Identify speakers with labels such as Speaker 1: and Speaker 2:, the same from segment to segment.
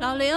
Speaker 1: 老刘，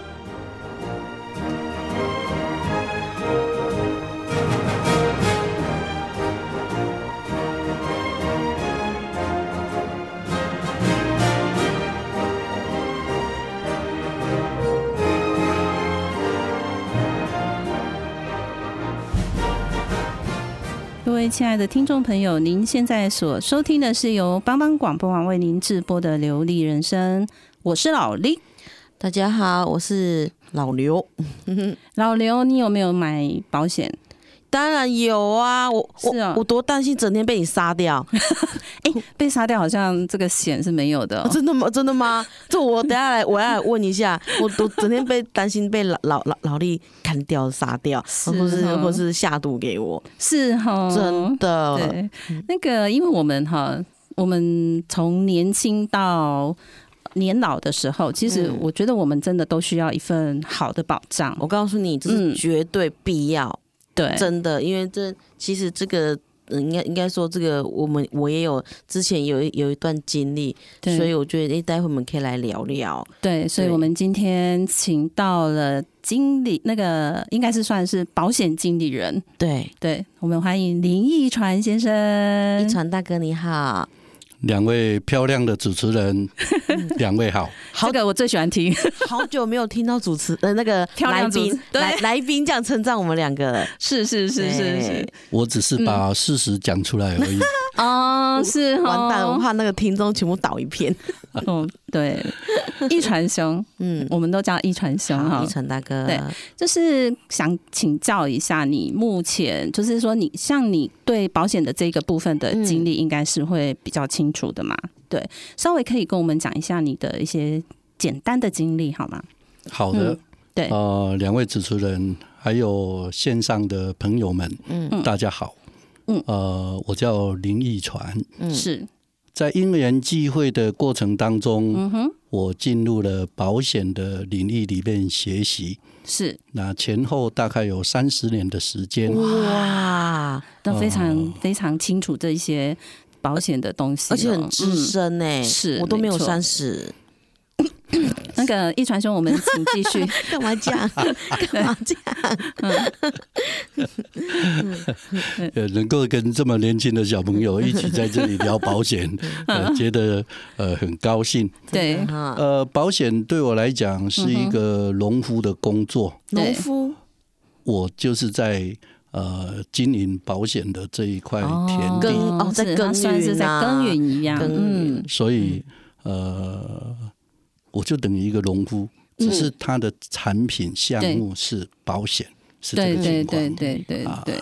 Speaker 1: 各位亲爱的听众朋友，您现在所收听的是由帮帮广播网为您直播的《流利人生》，我是老李。
Speaker 2: 大家好，我是老刘。
Speaker 1: 老刘，你有没有买保险？
Speaker 2: 当然有啊，我我、
Speaker 1: 是啊
Speaker 2: 我多担心整天被你杀掉。
Speaker 1: 被杀掉好像这个险是没有的哦、
Speaker 2: 啊真的吗？真的 吗？这我等下来，我要来问一下。我我整天被担心被老老老老力砍掉、杀掉，
Speaker 1: 是
Speaker 2: 或是
Speaker 1: 哦
Speaker 2: 或是下毒给我，
Speaker 1: 是哦哈，
Speaker 2: 真的。
Speaker 1: 对，那个，因为我们哈，我们从年轻到年老的时候，其实
Speaker 2: 嗯
Speaker 1: 我觉得我们真的都需要一份好的保障。
Speaker 2: 我告诉你，这是
Speaker 1: 嗯
Speaker 2: 绝对必要。
Speaker 1: 对，
Speaker 2: 真的，因为这其实这个。嗯应该应该说，这个我们我也有之前有一有一段经历，
Speaker 1: 对
Speaker 2: 所以我觉得，哎、待会我们可以来聊聊。
Speaker 1: 对，所以
Speaker 2: 对
Speaker 1: 我们今天请到了经理，那个应该是算是保险经理人。
Speaker 2: 对，
Speaker 1: 对，嗯我们欢迎林义传先生
Speaker 2: 一。传大哥你 好，
Speaker 3: 两位漂亮的主持人，两位好，
Speaker 2: 好
Speaker 1: 这个我最喜欢听，
Speaker 2: 好久没有听到主持呃那个
Speaker 1: 漂
Speaker 2: 来
Speaker 1: 亮主
Speaker 2: 宾
Speaker 1: 持对
Speaker 2: 来来宾这样称赞我们两个了，
Speaker 1: 是是是是是，
Speaker 3: 我只是
Speaker 1: 嗯
Speaker 3: 把事实讲出来而 已。
Speaker 1: 哦，是哦，
Speaker 2: 完蛋，我怕那个听众全部倒一片。
Speaker 1: 哦，对，义传兄，
Speaker 2: 嗯，
Speaker 1: 我们都叫义传兄哈
Speaker 2: 好，一。传大哥，
Speaker 1: 对就是想请教一下你目前，就是说你像你对保险的这个部分的经历，应该是会比较清楚的嘛？对，稍微可以跟我们讲一下你的一些简单的经历好吗？
Speaker 3: 好的
Speaker 1: 嗯，对
Speaker 3: 呃，两位主持人还有线上的朋友们，
Speaker 2: 嗯
Speaker 3: 大家好，
Speaker 1: 嗯，
Speaker 3: 呃，我叫林义传，
Speaker 2: 嗯
Speaker 1: 是，
Speaker 3: 在因缘际会的过程当中，
Speaker 1: 嗯哼，
Speaker 3: 我进入了保险的领域里面学习，
Speaker 1: 是，
Speaker 3: 那前后大概有三十年的时间，
Speaker 2: 哇，
Speaker 1: 都非常、
Speaker 3: 哦
Speaker 1: 非常清楚这一些保险的东西哦、
Speaker 2: 而且很资
Speaker 1: 嗯
Speaker 2: 深呢、
Speaker 1: 是
Speaker 2: 我都没有
Speaker 1: 没错
Speaker 2: 三十，
Speaker 1: 嗯那个一传兄，我们请继 续。
Speaker 2: 干嘛 这样？干嘛这样？
Speaker 3: 呃，能够跟这么年轻的小朋 友一起在这里聊保险，呃，觉得呃很高兴。
Speaker 1: 对，
Speaker 2: 啊，
Speaker 3: 呃，保险对我来讲是一
Speaker 1: 嗯
Speaker 3: 个农夫的工作，
Speaker 1: 对
Speaker 2: 农夫
Speaker 3: 我就是在呃经营保险的这一块田
Speaker 2: 耕
Speaker 3: 地，
Speaker 2: 哦在
Speaker 1: 是
Speaker 2: 耕
Speaker 1: 它算是
Speaker 2: 耘
Speaker 1: 在
Speaker 2: 啊
Speaker 1: 耕耘一样，
Speaker 2: 耕耘
Speaker 1: 嗯，
Speaker 3: 所以呃，我就等于一个农夫，
Speaker 1: 嗯
Speaker 3: 只是他的产品项目是保险，是
Speaker 1: 对
Speaker 3: 这
Speaker 1: 对
Speaker 3: 个情况
Speaker 1: 对，对对
Speaker 3: 啊
Speaker 1: 对。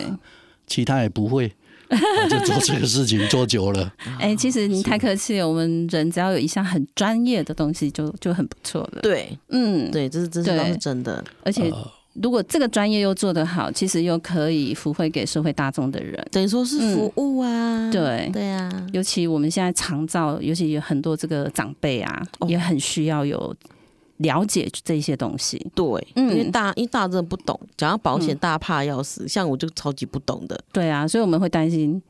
Speaker 3: 其他也不会，我就做这个事情做 久了。
Speaker 1: 哎、其实您太客气了，我们人只要有一项很专业的东西就，就很不错了。，
Speaker 2: 对
Speaker 1: 嗯，，
Speaker 2: 对，呃这是这是
Speaker 1: 对
Speaker 2: 倒是真的，
Speaker 1: 而且
Speaker 3: 呃
Speaker 1: 如果这个专业又做得好，其实又可以福惠给社会大众的人。
Speaker 2: 等于说是服务啊，
Speaker 1: 嗯对
Speaker 2: 对啊，
Speaker 1: 尤其我们现在长照，尤其有很多这个长辈啊，
Speaker 2: 哦
Speaker 1: 也很需要有了解这些东西。
Speaker 2: 对，因
Speaker 1: 嗯
Speaker 2: 为大因为大家真的不懂，讲到保险
Speaker 1: 嗯
Speaker 2: 大家怕要死，像我就超级不懂的，
Speaker 1: 对啊，所以我们会担心，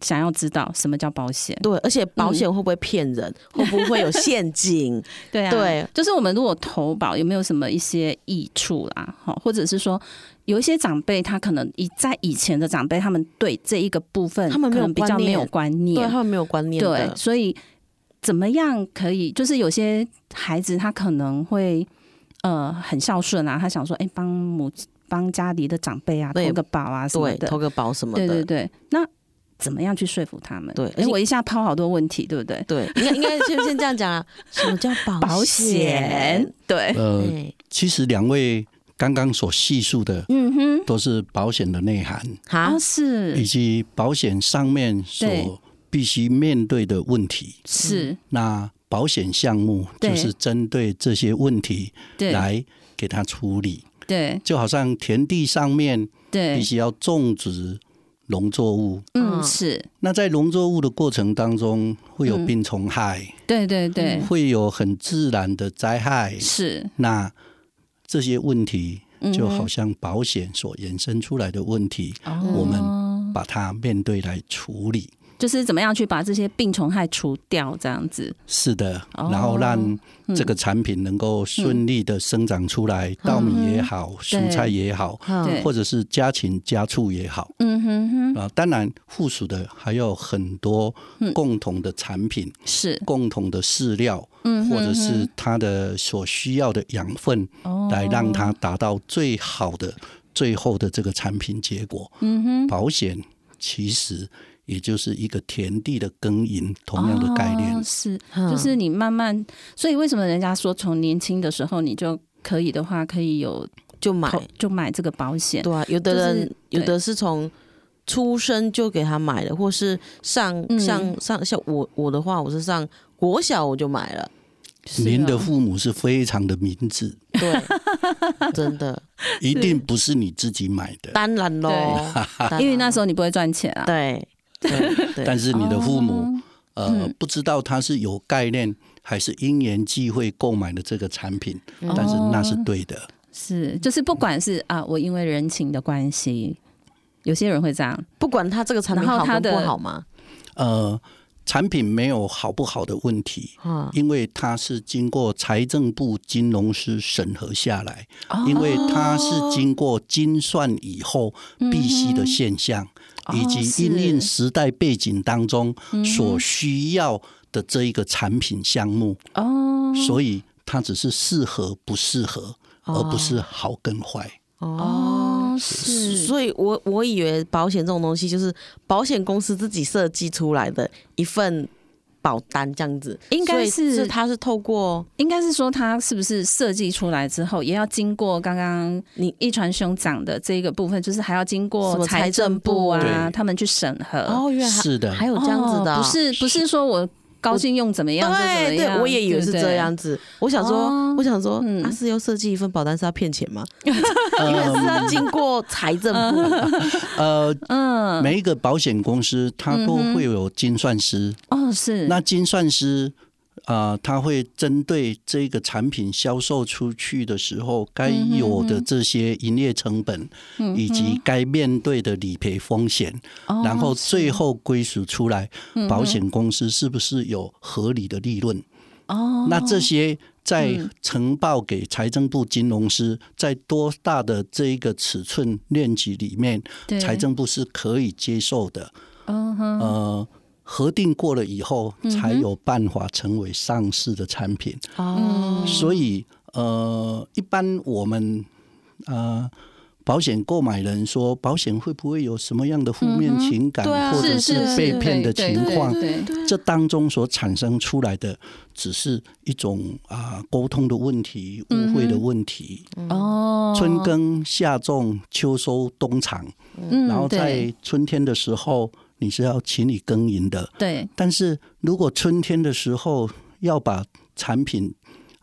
Speaker 1: 想要知道什么叫保险。
Speaker 2: 对，而且保险会不会骗 人，会不会有陷阱？
Speaker 1: 嗯对啊，
Speaker 2: 对，
Speaker 1: 就是我们如果投保有没有什么一些益处啦？好，或者是说有一些长辈他可能以在以前的长辈，他们对这一个部分
Speaker 2: 他们没
Speaker 1: 可
Speaker 2: 有
Speaker 1: 能比
Speaker 2: 观
Speaker 1: 较
Speaker 2: 念
Speaker 1: 没有观
Speaker 2: 对
Speaker 1: 念，
Speaker 2: 他们没有观念
Speaker 1: 对
Speaker 2: 的，
Speaker 1: 所以怎么样可以？就是有些孩子他可能会呃很孝顺啊，他想说哎帮母帮家里的长辈啊
Speaker 2: 对
Speaker 1: 投个保啊什么
Speaker 2: 对，
Speaker 1: 的，
Speaker 2: 投个保什么
Speaker 1: 对对
Speaker 2: 的，
Speaker 1: 对，那。怎么样去说服他们？
Speaker 2: 对而
Speaker 1: 哎，
Speaker 2: 且
Speaker 1: 我一下抛好多问题，对不对？
Speaker 2: 对，应该应该先先这样讲啊。什么叫保
Speaker 1: 保
Speaker 2: 险？
Speaker 1: 险，嗯对，
Speaker 3: 呃，
Speaker 2: 对，
Speaker 3: 其实两位刚刚所叙述的
Speaker 1: 嗯哼，
Speaker 3: 都是保险的内涵，
Speaker 2: 好
Speaker 1: 啊，是
Speaker 3: 以及保险上面
Speaker 1: 对
Speaker 3: 所必须面对的问题。
Speaker 1: 是，
Speaker 3: 那保险项目
Speaker 1: 对
Speaker 3: 就是针对这些问题
Speaker 1: 对
Speaker 3: 来给它处理，
Speaker 1: 对
Speaker 3: 就好像田地上面必
Speaker 1: 对，
Speaker 3: 须要种植农作物，
Speaker 1: 嗯
Speaker 2: 嗯
Speaker 1: 是，
Speaker 3: 那在农作物的过程当中会有
Speaker 1: 嗯
Speaker 3: 病虫害，
Speaker 1: 对对对
Speaker 3: 会有很自然的灾害，
Speaker 1: 是，
Speaker 3: 那这些问题
Speaker 1: 嗯
Speaker 3: 就好
Speaker 1: 哼
Speaker 3: 像保险所衍生出来的问题，我
Speaker 1: 哦
Speaker 3: 们把它面对来处理。
Speaker 1: 就是怎么样去把这些病虫害除掉，这样子，
Speaker 3: 是的，
Speaker 1: 哦
Speaker 3: 然后让
Speaker 1: 嗯
Speaker 3: 这个产品能够顺利的生长出来，稻米也好，蔬菜也好，
Speaker 1: 嗯对
Speaker 3: 或者是家禽家畜也好
Speaker 1: 嗯哼哼，
Speaker 3: 啊。当然，附属的还有很多
Speaker 1: 嗯
Speaker 3: 共同的产品、
Speaker 1: 是，
Speaker 3: 共同的饲料，
Speaker 1: 嗯哼
Speaker 3: 或者是
Speaker 1: 哼
Speaker 3: 它的所需要的养分，
Speaker 1: 哦
Speaker 3: 来让它达到最好的最后的这个产品结果。
Speaker 1: 嗯哼。
Speaker 3: 保险其实也就是一个田地的耕耘，同样的概念。
Speaker 1: 哦、是，
Speaker 2: 嗯
Speaker 1: 就是你慢慢，所以为什么人家说从年轻的时候你就可以的话，可以有
Speaker 2: 就买
Speaker 1: 投。就买这个保险，
Speaker 2: 对啊，有的
Speaker 1: 就是
Speaker 2: 人有的是从出生就给他买的，或是上
Speaker 1: 嗯
Speaker 2: 上上像我我的话，我是上国小我就买了，
Speaker 1: 是
Speaker 3: 您的
Speaker 1: 哦
Speaker 3: 父母是非常的明智，
Speaker 2: 对，真的，
Speaker 3: 一定不是你自己买的，
Speaker 2: 当然喽，
Speaker 1: 因为那时
Speaker 2: 候
Speaker 1: 候你不会赚钱啊，
Speaker 2: 对 对对
Speaker 3: 但是你的父母、
Speaker 1: 哦
Speaker 3: 呃不知道他是有概念还是因缘际会购买的这个产品，
Speaker 1: 哦
Speaker 3: 但是那是对的。
Speaker 1: 是，就是不管是啊，我因为人情的关系，有些人会这样，
Speaker 2: 不管他这个产品
Speaker 1: 然
Speaker 2: 好
Speaker 1: 后他
Speaker 2: 跟
Speaker 1: 的
Speaker 2: 不好嘛，
Speaker 3: 呃，产品没有好不好的问题。
Speaker 2: 啊，
Speaker 3: 因为它是经过财政部金融师审核下来，
Speaker 2: 哦
Speaker 3: 因为它是经过精算以后必须的现象，
Speaker 2: 嗯
Speaker 3: 以
Speaker 2: 哦
Speaker 3: 及因应时代背景当中所需要的这一个产品项目，
Speaker 1: 哦
Speaker 3: 所以它只是适合不适合，
Speaker 2: 哦
Speaker 3: 而不是好跟坏。
Speaker 1: 哦
Speaker 2: 是
Speaker 1: 是，
Speaker 2: 所以我我以为保险这种东西就是保险公司自己设计出来的一份保单这样子，
Speaker 1: 应该
Speaker 2: 所以
Speaker 1: 是
Speaker 2: 是它是透过
Speaker 1: 应该是说它是不是设计出来之后，也要经过刚刚
Speaker 2: 你
Speaker 1: 一传兄讲的这个部分，就是还要经
Speaker 2: 什
Speaker 1: 过
Speaker 2: 么财
Speaker 1: 财政
Speaker 2: 政
Speaker 1: 部
Speaker 2: 部
Speaker 1: 啊，
Speaker 3: 对
Speaker 1: 他们去审核。
Speaker 2: 哦，原来还
Speaker 3: 是的
Speaker 2: 还有这样子的啊、
Speaker 1: 哦不是不是说我高兴用怎么样就怎么
Speaker 2: 对
Speaker 1: 样，
Speaker 2: 对，我也以为是
Speaker 1: 对
Speaker 2: 这。样子。我想
Speaker 1: 哦
Speaker 2: 说，我想说，
Speaker 1: 嗯啊
Speaker 2: 他是要设计一份保单是要骗钱 吗？
Speaker 3: 因
Speaker 2: 但是啊要经过财政部，
Speaker 3: 呃，
Speaker 1: 嗯，
Speaker 3: 每一个保险公司它
Speaker 2: 嗯
Speaker 3: 都会有精算师，
Speaker 1: 哦是，
Speaker 3: 那精算师啊，他会针对这个产品销售出去的时候该有的这些营业成本，以及该面对的理赔风险，
Speaker 1: 哦嗯
Speaker 3: 然后最后归属出来，保险公司是不是有合理的利润？
Speaker 1: 哦，嗯
Speaker 3: 那这些再呈报给财政部金融师，在多大的这一个尺寸面积里面，
Speaker 1: 对
Speaker 3: 财政部是可以接受的。
Speaker 1: 嗯哼嗯
Speaker 3: 呃，核定过了以后，才有办法成为上市的产品。
Speaker 2: 哦，
Speaker 3: 所以，呃，一般我们呃，保险购买人说，保险会不会有什么样的负面情感，
Speaker 2: 对啊
Speaker 3: 或者
Speaker 1: 是是是
Speaker 3: 被骗的
Speaker 1: 对
Speaker 3: 情
Speaker 1: 对
Speaker 3: 况？
Speaker 1: 对对
Speaker 3: 这当中所产生出来的，只是一种啊、沟通的问题、误会的问题。
Speaker 1: 哦，
Speaker 3: 春耕、夏种、秋收、冬藏，
Speaker 1: 嗯，
Speaker 3: 然后
Speaker 1: 对
Speaker 3: 在春天的时候，你是要请你耕耘的。
Speaker 1: 对
Speaker 3: 但是如果春天的时候要把产品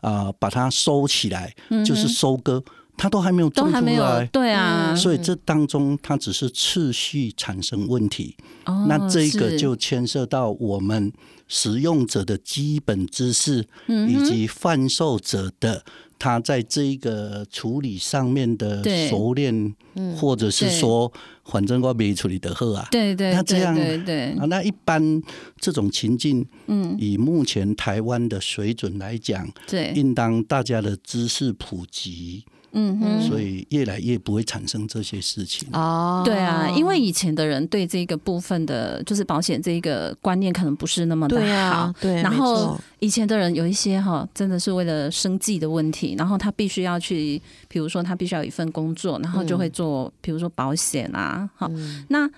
Speaker 3: 啊、呃把它收起来，就是收割，它都还没有
Speaker 1: 嗯都
Speaker 3: 种
Speaker 1: 还
Speaker 3: 出
Speaker 1: 没有
Speaker 3: 来，。
Speaker 1: 对啊，
Speaker 3: 所以这当中，它只是次序产生问题，
Speaker 1: 哦
Speaker 3: 那这个
Speaker 1: 是
Speaker 3: 就牵涉到我们使用者的基本知识，
Speaker 1: 嗯
Speaker 3: 以及贩售者的他在这一个处理上面的
Speaker 1: 对嗯
Speaker 3: 熟练，或者是
Speaker 1: 对
Speaker 3: 说，反正我没处理得好啊，
Speaker 1: 对对，
Speaker 3: 那这
Speaker 1: 对
Speaker 3: 样
Speaker 1: 对对
Speaker 3: 啊，那一般这种情境，嗯，以目前台湾的水准来讲，
Speaker 1: 嗯对，
Speaker 3: 应当大家的知识普及，
Speaker 1: 嗯哼。
Speaker 3: 所以越来越不会产生这些事情。
Speaker 2: 哦，
Speaker 1: 对啊，因为以前的人对这个部分的，就是保险这一个观念可能不是那么的好。
Speaker 2: 对啊，对，
Speaker 1: 然
Speaker 2: 没
Speaker 1: 后
Speaker 2: 错
Speaker 1: 以前的人有一些哈，真的是为了生计的问题，然后他必须要去，
Speaker 2: 嗯
Speaker 1: 比如说他必须要有一份工作，然后就会做，比如说保险啊，好，那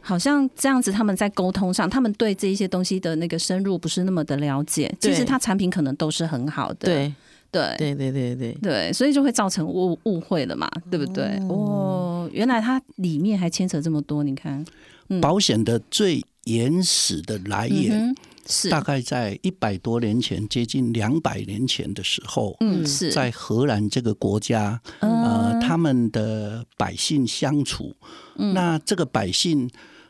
Speaker 1: 好像这样子，他们在沟通上，他们对这一些东西的那个深入不是那么的了解。
Speaker 2: 对
Speaker 1: 其实它产品可能都是很好的，
Speaker 2: 对
Speaker 1: 对
Speaker 2: 对对对对，
Speaker 1: 对所以就会造成误误会了嘛，对不对？哦，原来它里面还牵扯这么多，你看，
Speaker 3: 保险的最原始的来源，
Speaker 1: 嗯嗯哼，是，
Speaker 3: 大概在一百多年前，接近两百年前的时候，
Speaker 1: 嗯，是，嗯
Speaker 3: 在荷兰这个国家，呃，他们的百姓相处，
Speaker 1: 嗯
Speaker 3: 那这个百姓，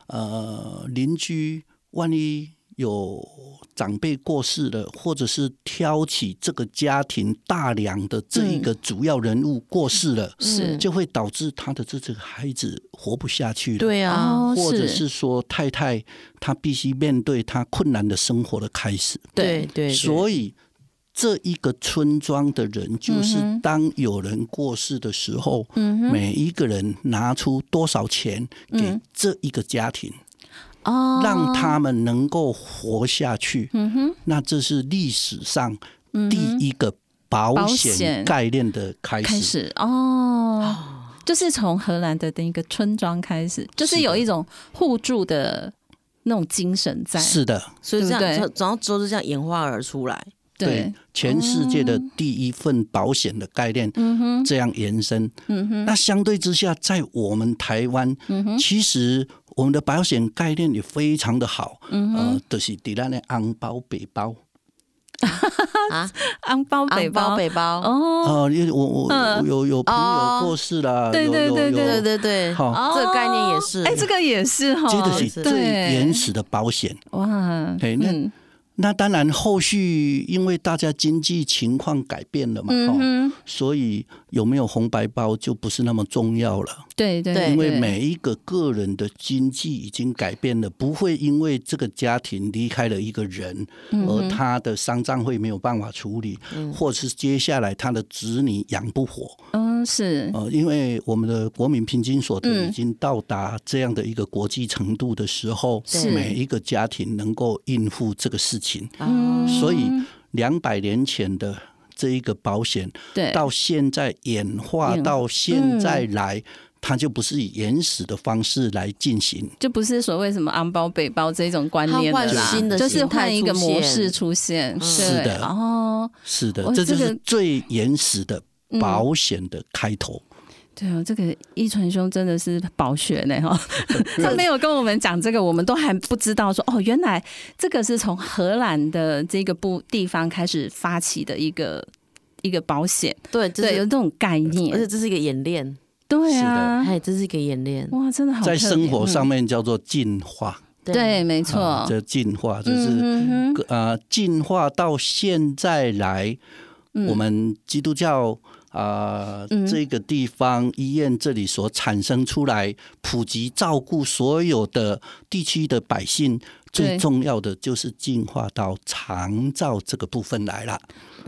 Speaker 3: 呃，邻居万一有长辈过世了，或者是挑起这个家庭大梁的这一个主要人物过世了，
Speaker 1: 嗯是
Speaker 3: 就会导致他的这这个孩子活不下去了。
Speaker 2: 对啊，
Speaker 1: 哦，
Speaker 3: 或者是说太太她必须面对她困难的生活的开始，
Speaker 2: 对对，对
Speaker 3: 所以这一个村庄的人，就是
Speaker 1: 嗯哼嗯
Speaker 3: 当有人过世的时候，每一个人拿出多少钱给这一个家庭，
Speaker 1: 嗯哦，
Speaker 3: 让他们能够活下去。
Speaker 1: 嗯哼，嗯
Speaker 3: 那这是历史上第一个保
Speaker 1: 保
Speaker 3: 险
Speaker 1: 险
Speaker 3: 概念的开始。啊
Speaker 1: 开始哦，就是从荷兰的那个村庄开始，就是有一种互助的那种精神在，
Speaker 3: 是的，
Speaker 2: 所以这样，
Speaker 1: 对不
Speaker 2: 然后之后就这样演化而出来。
Speaker 1: 对，
Speaker 3: 全世界的
Speaker 1: 嗯
Speaker 3: 第一份保险的概念，这样延伸。
Speaker 1: 嗯
Speaker 3: 那相对之下，在我们台湾，其实我们的保险概念也非常的好。
Speaker 1: 嗯
Speaker 3: 呃，就是底咱的红包、北包。
Speaker 1: 昂包北
Speaker 2: 昂包
Speaker 1: 啊包
Speaker 2: 北包，
Speaker 1: 哦，
Speaker 3: 哦，因为我我
Speaker 1: 嗯
Speaker 3: 我有有朋
Speaker 2: 哦
Speaker 3: 友过世了，
Speaker 1: 对
Speaker 3: 有
Speaker 1: 对
Speaker 3: 有
Speaker 1: 对
Speaker 3: 有
Speaker 1: 对
Speaker 2: 对对对，
Speaker 3: 好
Speaker 1: 哦
Speaker 2: 这个概念也是
Speaker 1: 哎，这个也哦是哈，
Speaker 3: 这个
Speaker 2: 也
Speaker 3: 是最原始的保险。
Speaker 1: 哇，
Speaker 3: 嘿那
Speaker 1: 嗯
Speaker 3: 那当然，后续因为大家经济情况改变了嘛，哈、
Speaker 1: 嗯哼，
Speaker 3: 所以有没有红白包就不是那么重要了。
Speaker 1: 对对，
Speaker 2: 对
Speaker 1: 对
Speaker 3: 因为每一个个人的经济已经改变了，不会因为这个家庭离开了一个人，
Speaker 1: 嗯
Speaker 3: 而他的丧葬会没有办法处理，或是接下来他的子女养不活。
Speaker 1: 嗯是
Speaker 3: 呃，因为我们的国民平均所得已经到达这样的一个国际程度的时候，
Speaker 1: 是啊
Speaker 3: 每一个家庭能够应付这个事情，
Speaker 2: 嗯
Speaker 3: 所以两百年前的。这一个保险
Speaker 1: 对，
Speaker 3: 到现在演化
Speaker 1: 演嗯
Speaker 3: 到现在来，它就不是以原始的方式来进行。
Speaker 1: 就不是所谓什么昂包北包这种观
Speaker 2: 它
Speaker 1: 念的
Speaker 2: 换
Speaker 1: 啦
Speaker 2: 新，的
Speaker 1: 就是
Speaker 2: 形态
Speaker 1: 换一个
Speaker 2: 出
Speaker 1: 模
Speaker 2: 现嗯
Speaker 1: 式出现，
Speaker 3: 是
Speaker 1: 对
Speaker 3: 的
Speaker 1: 哦，
Speaker 3: 是的
Speaker 1: 哇，
Speaker 3: 这就
Speaker 1: 这
Speaker 3: 是
Speaker 1: 个嗯
Speaker 3: 最原始的保险的开头。
Speaker 1: 对啊，这个一传兄真的是宝学呢 哈，他没有跟我们讲这个，我们都还不知道说哦，原来这个是从荷兰的这个部地方开始发起的一个一个保险，
Speaker 2: 对，就
Speaker 1: 对，
Speaker 2: 是
Speaker 1: 有这种概
Speaker 2: 而且
Speaker 1: 念，
Speaker 2: 这是一个演练，
Speaker 1: 对啊，
Speaker 2: 哎，这是一个演练，
Speaker 1: 哇，真的好
Speaker 3: 在
Speaker 1: 特别
Speaker 3: 生活上
Speaker 1: 嗯
Speaker 3: 面叫做进化，
Speaker 1: 对，没错
Speaker 3: 啊，这进化就
Speaker 1: 嗯
Speaker 3: 是
Speaker 1: 哼哼
Speaker 3: 呃，进化到现在来，我们基督教啊、呃
Speaker 1: 嗯
Speaker 3: 这个地方医院这里所产生出来，普及照顾所有的地区的百姓，
Speaker 1: 对
Speaker 3: 最重要的就是进化到长照这个部分来了。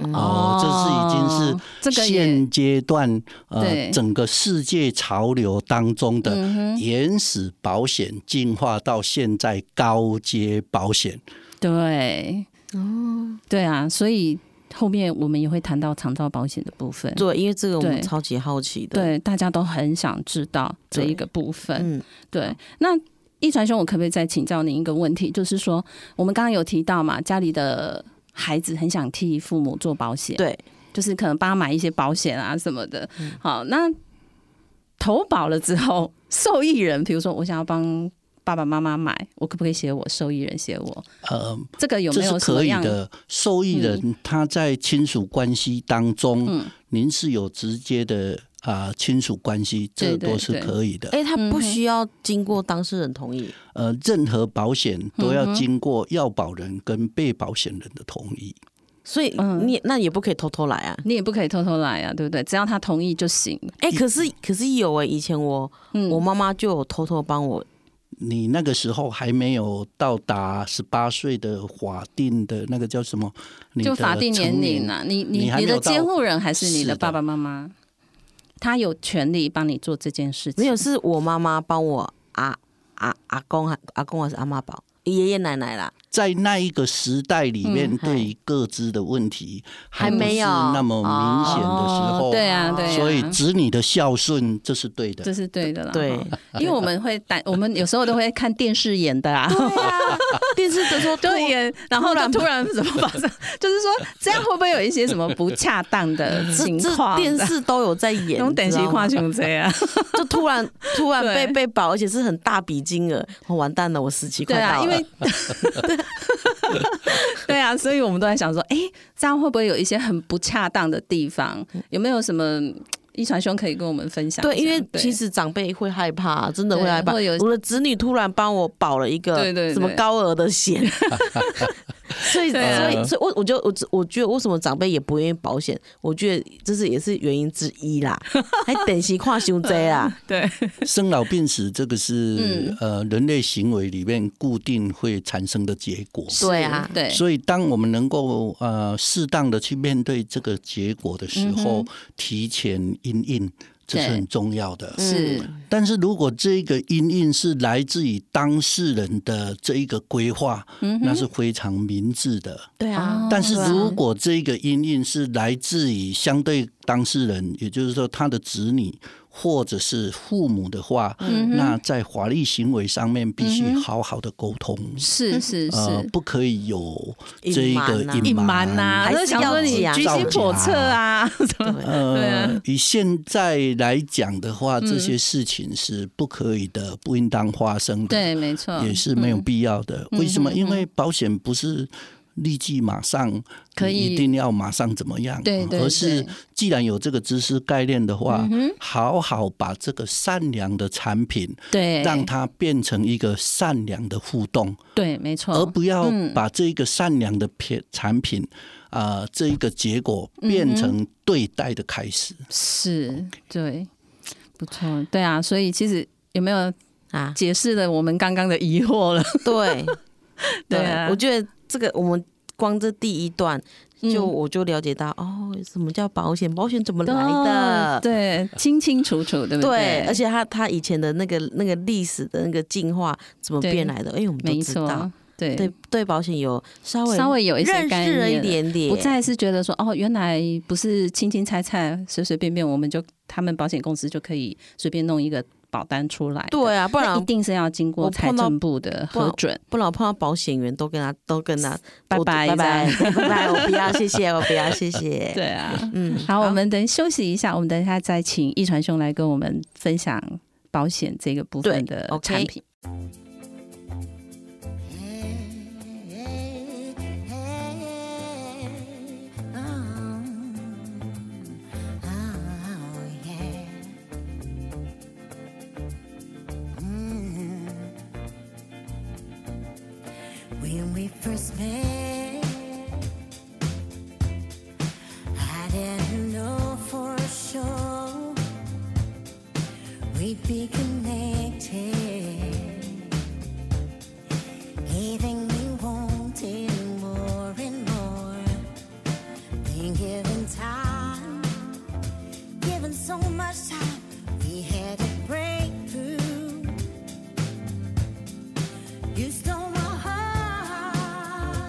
Speaker 3: 哦，这是已
Speaker 1: 嗯
Speaker 3: 经
Speaker 1: 哦
Speaker 3: 是。
Speaker 1: 这个也
Speaker 3: 现阶段
Speaker 1: 对
Speaker 3: 呃，整个世界潮流当中的
Speaker 1: 嗯哼，
Speaker 3: 原始保险进化到现在高阶保险，
Speaker 1: 对，哦，对啊，所以后面我们也会谈到长照保险的部分，
Speaker 2: 对，因为这个我
Speaker 1: 对
Speaker 2: 们超级好奇的，，
Speaker 1: 对，大家都很想知道这一个部分。
Speaker 2: 嗯，
Speaker 1: 对，那一传兄，我可不可以再请教您一个问题？就是说，我们刚刚有提到嘛，家里的孩子很想替父母做保险，，
Speaker 2: 对，
Speaker 1: 就是可能帮他买一些保险啊什么的。
Speaker 3: 嗯
Speaker 1: 好，那投保了之后，受益人，比如说我想要帮。爸爸妈妈买，我可不可以写我受益人写我？
Speaker 3: 呃，
Speaker 1: 这个有
Speaker 3: 这
Speaker 1: 没有
Speaker 3: 是
Speaker 1: 什
Speaker 3: 可
Speaker 1: 么
Speaker 3: 以
Speaker 1: 样？嗯
Speaker 3: 的。受益人他在亲属关系当中，您是有直接的啊、亲属关系，
Speaker 1: 对
Speaker 3: 这
Speaker 1: 对
Speaker 3: 都是
Speaker 1: 对
Speaker 3: 可以的。
Speaker 2: 哎，他不
Speaker 1: 嗯
Speaker 2: 需要经过当事人同意，
Speaker 3: 呃，任何保险都要经过要保人跟被保险人的同意。
Speaker 2: 所以
Speaker 1: 嗯
Speaker 2: 你也那也不可以偷偷来啊，
Speaker 1: 你也不可以偷偷来啊，对不对？只要他同意就行。
Speaker 2: 哎，可是可是有哎，以前我
Speaker 1: 嗯，
Speaker 2: 我妈妈就有偷偷帮我，
Speaker 3: 你那个时候还没有到达十八岁的法定的那个叫什么？你
Speaker 1: 就
Speaker 3: 的
Speaker 1: 法定年
Speaker 3: 成
Speaker 1: 龄啊，你
Speaker 3: 你
Speaker 1: 你
Speaker 3: 还
Speaker 1: 你
Speaker 3: 没有
Speaker 1: 的
Speaker 3: 到
Speaker 1: 监护人还是你
Speaker 3: 是
Speaker 1: 的
Speaker 3: 的
Speaker 1: 爸爸妈妈，他有权利帮你做这件事情。
Speaker 2: 没有，是我妈妈帮我阿阿阿公还阿公还是阿妈保爷爷奶奶啦，
Speaker 3: 在那一个时代里
Speaker 1: 嗯
Speaker 3: 面，对于各自的问题
Speaker 4: 还
Speaker 3: 不是
Speaker 4: 没有
Speaker 3: 那么明显的时候，
Speaker 1: 对啊，
Speaker 2: 哦
Speaker 1: 对啊，
Speaker 3: 所以子女的孝顺这是对的
Speaker 1: 这。是对的啦。
Speaker 2: 对
Speaker 1: 哈，因为我们会担，我们有时候都会看电视演的啊。
Speaker 2: 电视的时 候
Speaker 1: 就演，然后就突然怎么发生？ 就是说，这样会不会有一些什么不恰当的情
Speaker 2: 这
Speaker 1: 况？啊
Speaker 2: 电视都有在演，
Speaker 1: 用等
Speaker 2: 你知
Speaker 1: 级
Speaker 2: 道吗
Speaker 1: 跨熊这样，
Speaker 2: 就突 然突然
Speaker 1: 对
Speaker 2: 被被保，而且是很大笔金额，我完蛋了，我十七
Speaker 1: 对
Speaker 2: 块
Speaker 1: 啊，
Speaker 2: 到
Speaker 1: 因
Speaker 2: 了。
Speaker 1: 为对啊，所以我们都在想说，哎、这样会不会有一些很不恰当的地方？有没有什么一传兄可以跟我们分享一下？
Speaker 2: 对，因为
Speaker 1: 对
Speaker 2: 其实长辈会害怕，真的会
Speaker 1: 对
Speaker 2: 害怕。
Speaker 1: 会有
Speaker 2: 我的子女突然帮我保了一个
Speaker 1: 对对对
Speaker 2: 什么高额的 险，所以所
Speaker 1: 对啊
Speaker 2: 以所以我我就我只我觉得为什么长辈也不愿意保险，我觉得这是也是原因之一 啦，还等级跨修贼啦，
Speaker 1: 对
Speaker 3: 生老病死这个
Speaker 1: 嗯
Speaker 3: 是呃人类行为里面固定会产生的结果。
Speaker 2: 对啊，
Speaker 1: 对，
Speaker 3: 所以，当我们能够呃适当的去面对这个结果的时候，
Speaker 1: 嗯
Speaker 3: 提前因应，这是
Speaker 1: 对嗯
Speaker 3: 很重要的。
Speaker 1: 是
Speaker 3: 但是如果这个因应是来自于当事人的这一个规划，那是非常明智的。
Speaker 2: 对
Speaker 1: 嗯
Speaker 2: 啊，
Speaker 3: 但是如果这个因应是来自于相对当事人，也就是说他的子女或者是父母的话，
Speaker 1: 嗯
Speaker 3: 那在法律行为上面必须好好的沟通。
Speaker 1: 是是嗯是。
Speaker 3: 呃，不可以有这一个
Speaker 2: 隐瞒啊
Speaker 1: 隐瞒呐、啊，
Speaker 2: 还
Speaker 1: 我
Speaker 2: 是
Speaker 1: 就想说你
Speaker 2: 要
Speaker 1: 居
Speaker 3: 讲
Speaker 1: 心叵测 啊，什么啊
Speaker 3: 呃，以现在来讲的话，
Speaker 1: 嗯
Speaker 3: 这些事情是不可以的，不应当发生的，
Speaker 1: 对，没错，
Speaker 3: 也是没有必要的。
Speaker 1: 嗯
Speaker 3: 为什么？因为保险不是立即马上
Speaker 1: 可以
Speaker 3: 你一定要马上怎么样，啊
Speaker 1: 对对
Speaker 3: 而
Speaker 1: 对
Speaker 3: 是
Speaker 1: 嗯
Speaker 3: 既然有这个知识概念的话，好好把这个善良的产品，
Speaker 1: 对，
Speaker 3: 让它变成一个善良的互动。
Speaker 1: 对，没错，
Speaker 3: 而不要把这一个善良的品产品啊、呃这一个结果变
Speaker 1: 嗯
Speaker 3: 成对待的开始。
Speaker 1: 是，对，不错，对啊，所以其实有没有
Speaker 2: 啊，
Speaker 1: 解释了我们刚刚的疑惑了？
Speaker 2: 对
Speaker 1: 对啊
Speaker 2: 我觉得这个我们光这第一段。就
Speaker 1: 嗯
Speaker 2: 我就了解到哦，什么叫保险？保险怎么来
Speaker 1: 哦
Speaker 2: 的？
Speaker 1: 对，清清楚楚，对不
Speaker 2: 对，而
Speaker 1: 且
Speaker 2: 且他他以前的那个那个历史的那个进化怎么
Speaker 1: 对
Speaker 2: 变来的？因哎为我们都
Speaker 1: 没
Speaker 2: 知道
Speaker 1: 错，，对
Speaker 2: 对对，保险有稍微
Speaker 1: 稍微有一些
Speaker 2: 认
Speaker 1: 概
Speaker 2: 识了一
Speaker 1: 念了
Speaker 2: 点点，
Speaker 1: 不再是觉得说哦，原来不是清清菜菜、随随便便，我们就他们保险公司就可以随便弄一个保单出来的。
Speaker 2: 对啊，不
Speaker 1: 那
Speaker 2: 然
Speaker 1: 一定是要经过
Speaker 2: 我
Speaker 1: 财
Speaker 2: 碰到
Speaker 1: 政部的
Speaker 2: 不然
Speaker 1: 核准。
Speaker 2: 不然我碰到保险员都跟他都跟他
Speaker 1: 拜
Speaker 2: 我
Speaker 1: 拜
Speaker 2: 拜拜
Speaker 1: 这
Speaker 2: 拜拜，我不要谢谢，我不要谢谢，
Speaker 1: 对啊，
Speaker 2: 嗯，
Speaker 1: 好，我们等休息一下，我们等一下再请易传兄来跟我们分享保险这个部分
Speaker 2: 对
Speaker 1: 的
Speaker 2: ，OK
Speaker 1: 产品。
Speaker 5: When we first met, I didn't know for sure we'd be connected. Leaving me wanting more and more. Been given time, given so much time, we had a breakthrough. You stole my heart.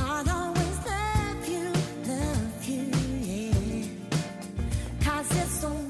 Speaker 5: Oh, Oh,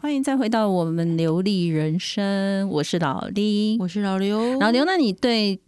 Speaker 1: 欢迎再回到我们流利人生，我是老李。
Speaker 2: 我是老刘，
Speaker 1: 老刘，那你对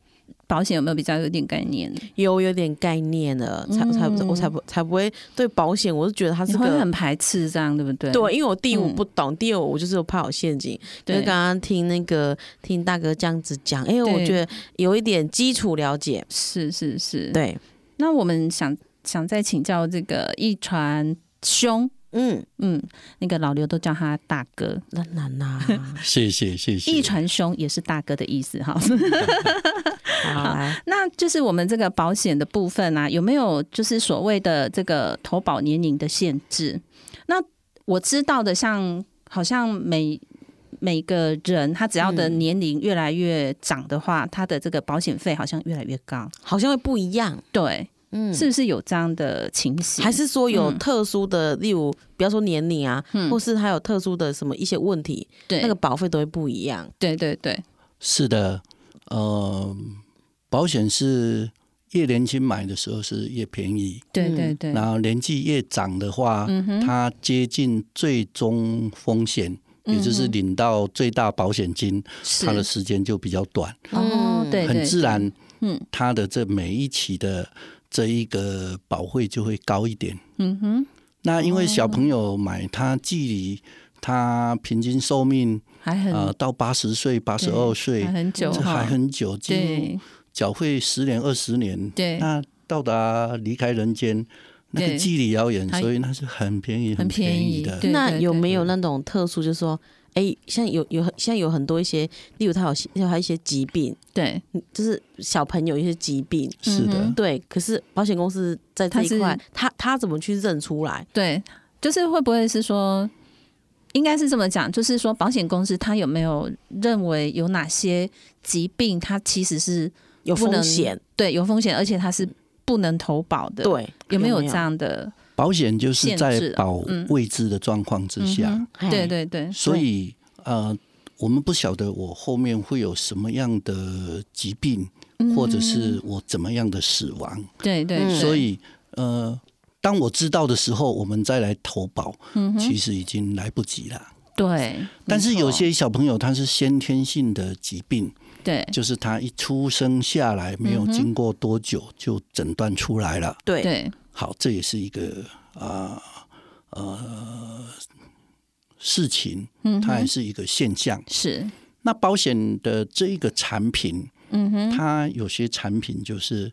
Speaker 1: 保险有没有比较有点概念？
Speaker 2: 有有点概念了，才才
Speaker 1: 嗯
Speaker 2: 我才不才不会对保险，我是觉得它
Speaker 1: 你
Speaker 2: 是
Speaker 1: 会
Speaker 2: 啊个
Speaker 1: 很排斥这样，对不对？
Speaker 2: 对，因为我第一我
Speaker 1: 嗯
Speaker 2: 不懂，第二我就是有怕有陷阱。就
Speaker 1: 对
Speaker 2: 是刚刚听那个听大哥这样子讲，哎、我
Speaker 1: 对
Speaker 2: 觉得有一点基础了解。
Speaker 1: 是是是。，
Speaker 2: 对，
Speaker 1: 那我们想想再请教这个一传兄，
Speaker 2: 嗯，
Speaker 1: 嗯，那个老刘都叫他大哥，
Speaker 2: 那难 呐，
Speaker 3: 谢谢谢谢。
Speaker 1: 一传兄也是大哥的意思哈。
Speaker 2: 好来，
Speaker 1: 那就是我们这个保险的部分啊，有没有就是所谓的这个投保年龄的限制？那我知道的像，好像每每个人他只要
Speaker 2: 嗯
Speaker 1: 的年龄越来越长的话，他的这个保险费好像越来越高。
Speaker 2: 好像会不一样，
Speaker 1: 对，
Speaker 2: 嗯，
Speaker 1: 是不是有这样的情形？
Speaker 2: 还是说有
Speaker 1: 嗯
Speaker 2: 特殊的，例如不要说年龄啊，
Speaker 1: 嗯
Speaker 2: 或是还有特殊的什么一些问题，
Speaker 1: 对
Speaker 2: 那个保费都会不一样。
Speaker 1: 对对对，
Speaker 3: 是的，呃，保险是越年轻买的时候是越便宜，
Speaker 1: 对
Speaker 2: 嗯
Speaker 1: 对对，
Speaker 3: 然后年纪越长的话，
Speaker 1: 嗯哼
Speaker 3: 它接近最终风险，也就是
Speaker 1: 嗯哼
Speaker 3: 领到最大保险金，
Speaker 1: 是
Speaker 3: 它的时间就比较短，
Speaker 1: 哦，对，对
Speaker 3: 很自，然，
Speaker 1: 嗯
Speaker 3: 它的这每一期的这一个保费就会高一点。
Speaker 1: 嗯哼，
Speaker 3: 那
Speaker 1: 哦
Speaker 3: 因为小朋友买，他距离他平均寿命
Speaker 1: 还很
Speaker 3: 呃到八十岁、八十二岁
Speaker 1: 还，很久
Speaker 3: 这
Speaker 1: 哈，
Speaker 3: 还很久，几乎
Speaker 1: 对
Speaker 3: 缴费十年二十年，
Speaker 1: 对
Speaker 3: 那到达离开人间，那
Speaker 1: 对
Speaker 3: 个距离遥远，
Speaker 1: 它
Speaker 3: 所以那是很便宜、
Speaker 1: 很便宜
Speaker 3: 便宜的。
Speaker 1: 对
Speaker 2: 那
Speaker 1: 对
Speaker 2: 有
Speaker 1: 对
Speaker 2: 没有那种特殊，就是说，哎、像有有现在有很多一些，例如他有有他一些疾病，
Speaker 1: 对，
Speaker 2: 就是小朋友一些疾病，
Speaker 3: 是
Speaker 1: 嗯
Speaker 3: 的
Speaker 1: 哼，
Speaker 2: 对，可是保险公司在这
Speaker 1: 它
Speaker 2: 一
Speaker 1: 是
Speaker 2: 块，他他怎么去认出来？
Speaker 1: 对，就是会不会是说，应该是这么讲，就是说保险公司它有没有认为有哪些疾病它其实是
Speaker 2: 有
Speaker 1: 不能
Speaker 2: 风险，
Speaker 1: 对有风险，而且它是不能投保的？，
Speaker 2: 对，
Speaker 1: 有没有这？样的？
Speaker 3: 保险就是
Speaker 1: 限制
Speaker 3: 在
Speaker 1: 啊
Speaker 3: 保
Speaker 1: 嗯
Speaker 3: 未知的状况之下，
Speaker 1: 嗯哼对对对，
Speaker 3: 所以呃，我们不晓得我后面会有什么样的疾病，
Speaker 1: 嗯
Speaker 3: 或者是我怎么样的死亡，
Speaker 1: 对对，嗯对
Speaker 3: 嗯所以呃。当我知道的时候，我们再来投保，
Speaker 1: 嗯哼
Speaker 3: 其实已经来不及了。
Speaker 1: 对，
Speaker 3: 但是
Speaker 1: 没
Speaker 3: 有
Speaker 1: 错
Speaker 3: 些小朋友他是先天性的疾病，
Speaker 1: 对
Speaker 3: 就是他一出生下来没有
Speaker 1: 嗯哼
Speaker 3: 经过多久就诊断出来了。
Speaker 2: 对
Speaker 1: 对
Speaker 3: 好，这也是一个啊呃事情，
Speaker 1: 嗯哼
Speaker 3: 它也是一个现象。
Speaker 1: 是
Speaker 3: 那保险的这一个产品，
Speaker 1: 嗯哼
Speaker 3: 它有些产品就是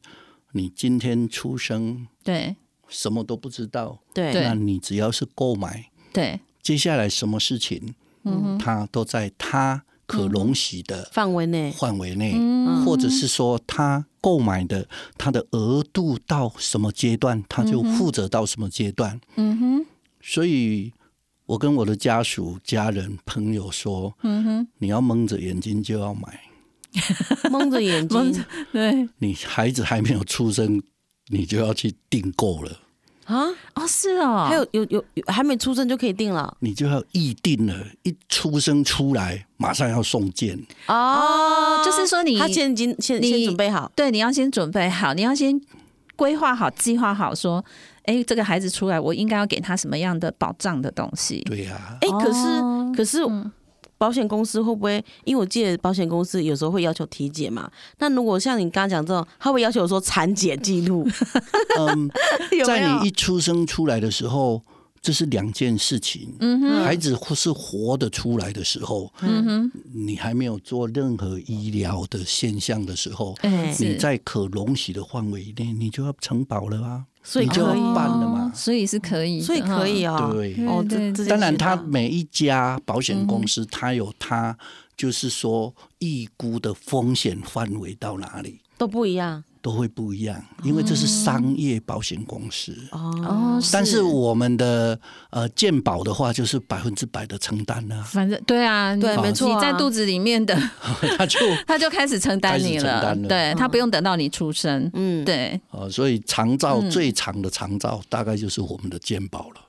Speaker 3: 你今天出生
Speaker 1: 对
Speaker 3: 什么都不知道，
Speaker 2: 对
Speaker 1: 对
Speaker 3: 那你只要是购买，
Speaker 1: 对
Speaker 3: 接下来什么事情，
Speaker 1: 嗯哼
Speaker 3: 它都在它可容许的
Speaker 2: 范围内，
Speaker 3: 范围内。
Speaker 1: 嗯
Speaker 3: 或者是说他购买的他的额度到什么阶段，他就负责到什么阶段。
Speaker 1: 嗯哼
Speaker 3: 所以，我跟我的家属、家人、朋友说，
Speaker 1: 嗯哼
Speaker 3: 你要蒙着眼睛就要买，
Speaker 2: 蒙着眼
Speaker 1: 蒙
Speaker 2: 睛
Speaker 1: 着对
Speaker 3: 你孩子还没有出生，你就要去订购了，
Speaker 2: 啊，
Speaker 1: 哦是哦，
Speaker 2: 还有有有有还没出生就可以定了
Speaker 3: 你就要预定了，一出生出来马上要送件。
Speaker 2: 哦
Speaker 1: 就是说你
Speaker 2: 他先已经先
Speaker 1: 你
Speaker 2: 先准备好，
Speaker 1: 对，你要先准备好，你要先规划好、计划好，说，哎，这个孩子出来，我应该要给他什么样的保障的东西？
Speaker 3: 对 啊呀、
Speaker 2: 哎，可
Speaker 1: 哦
Speaker 2: 是可是
Speaker 1: 嗯
Speaker 2: 保险公司会不会？因为我记得保险公司有时候会要求体检嘛，那如果像你刚刚讲这种，他会要求说产检记录，
Speaker 3: 嗯，
Speaker 2: 有没
Speaker 3: 在
Speaker 2: 有
Speaker 3: 你一出生出来的时候，这是两件事情。
Speaker 1: 嗯哼，
Speaker 3: 孩子或是活得出来的时候，
Speaker 1: 嗯哼，
Speaker 3: 你还没有做任何医疗的现象的时候，
Speaker 1: 哎，
Speaker 3: 你
Speaker 1: 是
Speaker 3: 在可容许的范围内，你就要承保了啊，
Speaker 2: 所以
Speaker 3: 你就要
Speaker 2: 可以
Speaker 3: 办了嘛。
Speaker 1: 哦所以是可以的，
Speaker 2: 所以可以
Speaker 1: 哈
Speaker 2: 哦，
Speaker 3: 对，
Speaker 2: 哦，
Speaker 1: 嗯对
Speaker 2: 这这
Speaker 1: 对
Speaker 3: 当
Speaker 2: 件
Speaker 3: 然
Speaker 2: 事
Speaker 3: 他
Speaker 2: 情
Speaker 3: 每一家保险公司，它有它
Speaker 1: 嗯
Speaker 3: 就是说预估的风险范围到哪里。
Speaker 2: 都不一样
Speaker 3: 都会不一样，因为这是商业保险公司。
Speaker 2: 哦。
Speaker 1: 哦，
Speaker 3: 但是我们的呃健保的话，就是百分之百的承担啊，
Speaker 1: 反正对啊，
Speaker 2: 对
Speaker 1: 你
Speaker 2: 没错啊
Speaker 1: 你在肚子里面的，
Speaker 3: 他就
Speaker 1: 他就开始承担你了，
Speaker 3: 开始承担了
Speaker 1: 对他不用等到你出生，
Speaker 2: 嗯，
Speaker 1: 对，
Speaker 3: 呃，所以长照
Speaker 1: 嗯
Speaker 3: 最长的长照大概就是我们的健保了。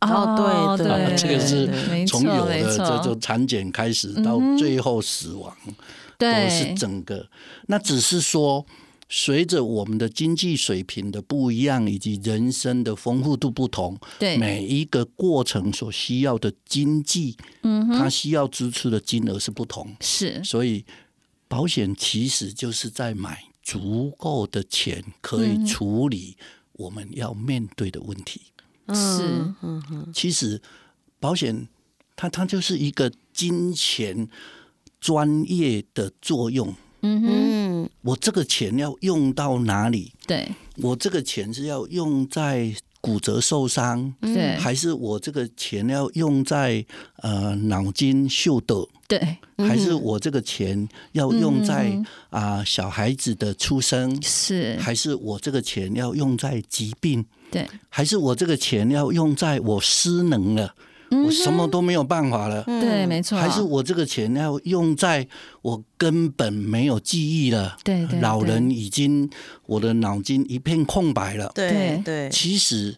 Speaker 2: 哦对
Speaker 1: 对，
Speaker 3: 啊这个是
Speaker 1: 没错
Speaker 3: 从有
Speaker 1: 没
Speaker 3: 的
Speaker 1: 错
Speaker 3: 这种产检开始到
Speaker 1: 嗯哼
Speaker 3: 最后死亡，都
Speaker 1: 对
Speaker 3: 是整个。那只是说，随着我们的经济水平的不一样，以及人生的丰富度不同，
Speaker 1: 对
Speaker 3: 每一个过程所需要的经济，嗯，它需要支出的金额是不同，
Speaker 1: 是
Speaker 3: 所以保险其实就是在买足够的钱，可以处理我们要面对的问题。
Speaker 2: 嗯
Speaker 1: 是，
Speaker 3: 其实保险它它就是一个金钱专业的作用。
Speaker 5: 嗯
Speaker 3: 我这个钱要用到哪里？
Speaker 1: 对
Speaker 3: 我这个钱是要用在骨折受伤，
Speaker 1: 嗯
Speaker 2: 嗯
Speaker 1: 对
Speaker 3: 还是我这个钱要用在呃脑筋秀的？
Speaker 1: 对
Speaker 3: 还是我这个钱要用
Speaker 1: 嗯
Speaker 3: 在啊、小孩子的出生？
Speaker 1: 是，
Speaker 3: 还是我这个钱要用在疾病？
Speaker 1: 对
Speaker 3: 还是我这个钱要用在我失能了，我什么都没有办法了？
Speaker 2: 嗯
Speaker 1: 对，嗯没错，
Speaker 3: 还是我这个钱要用在我根本没有记忆了？
Speaker 1: 对对
Speaker 3: 老
Speaker 1: 对
Speaker 3: 人已经我的脑筋一片空白了。
Speaker 2: 对对，
Speaker 3: 其实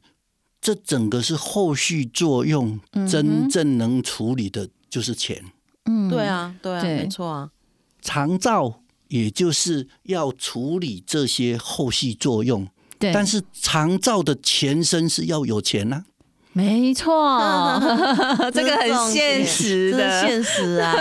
Speaker 3: 这整个是后续作用，真正能处理的就是钱。
Speaker 1: 嗯
Speaker 2: 对啊，对啊，
Speaker 1: 对
Speaker 2: 没错啊，
Speaker 3: 长照也就是要处理这些后续作用，
Speaker 1: 对，
Speaker 3: 但是长照的前身是要有 钱啊。
Speaker 1: 没 错， 这个很现实
Speaker 2: 这是
Speaker 1: 的，
Speaker 2: 现实 啊，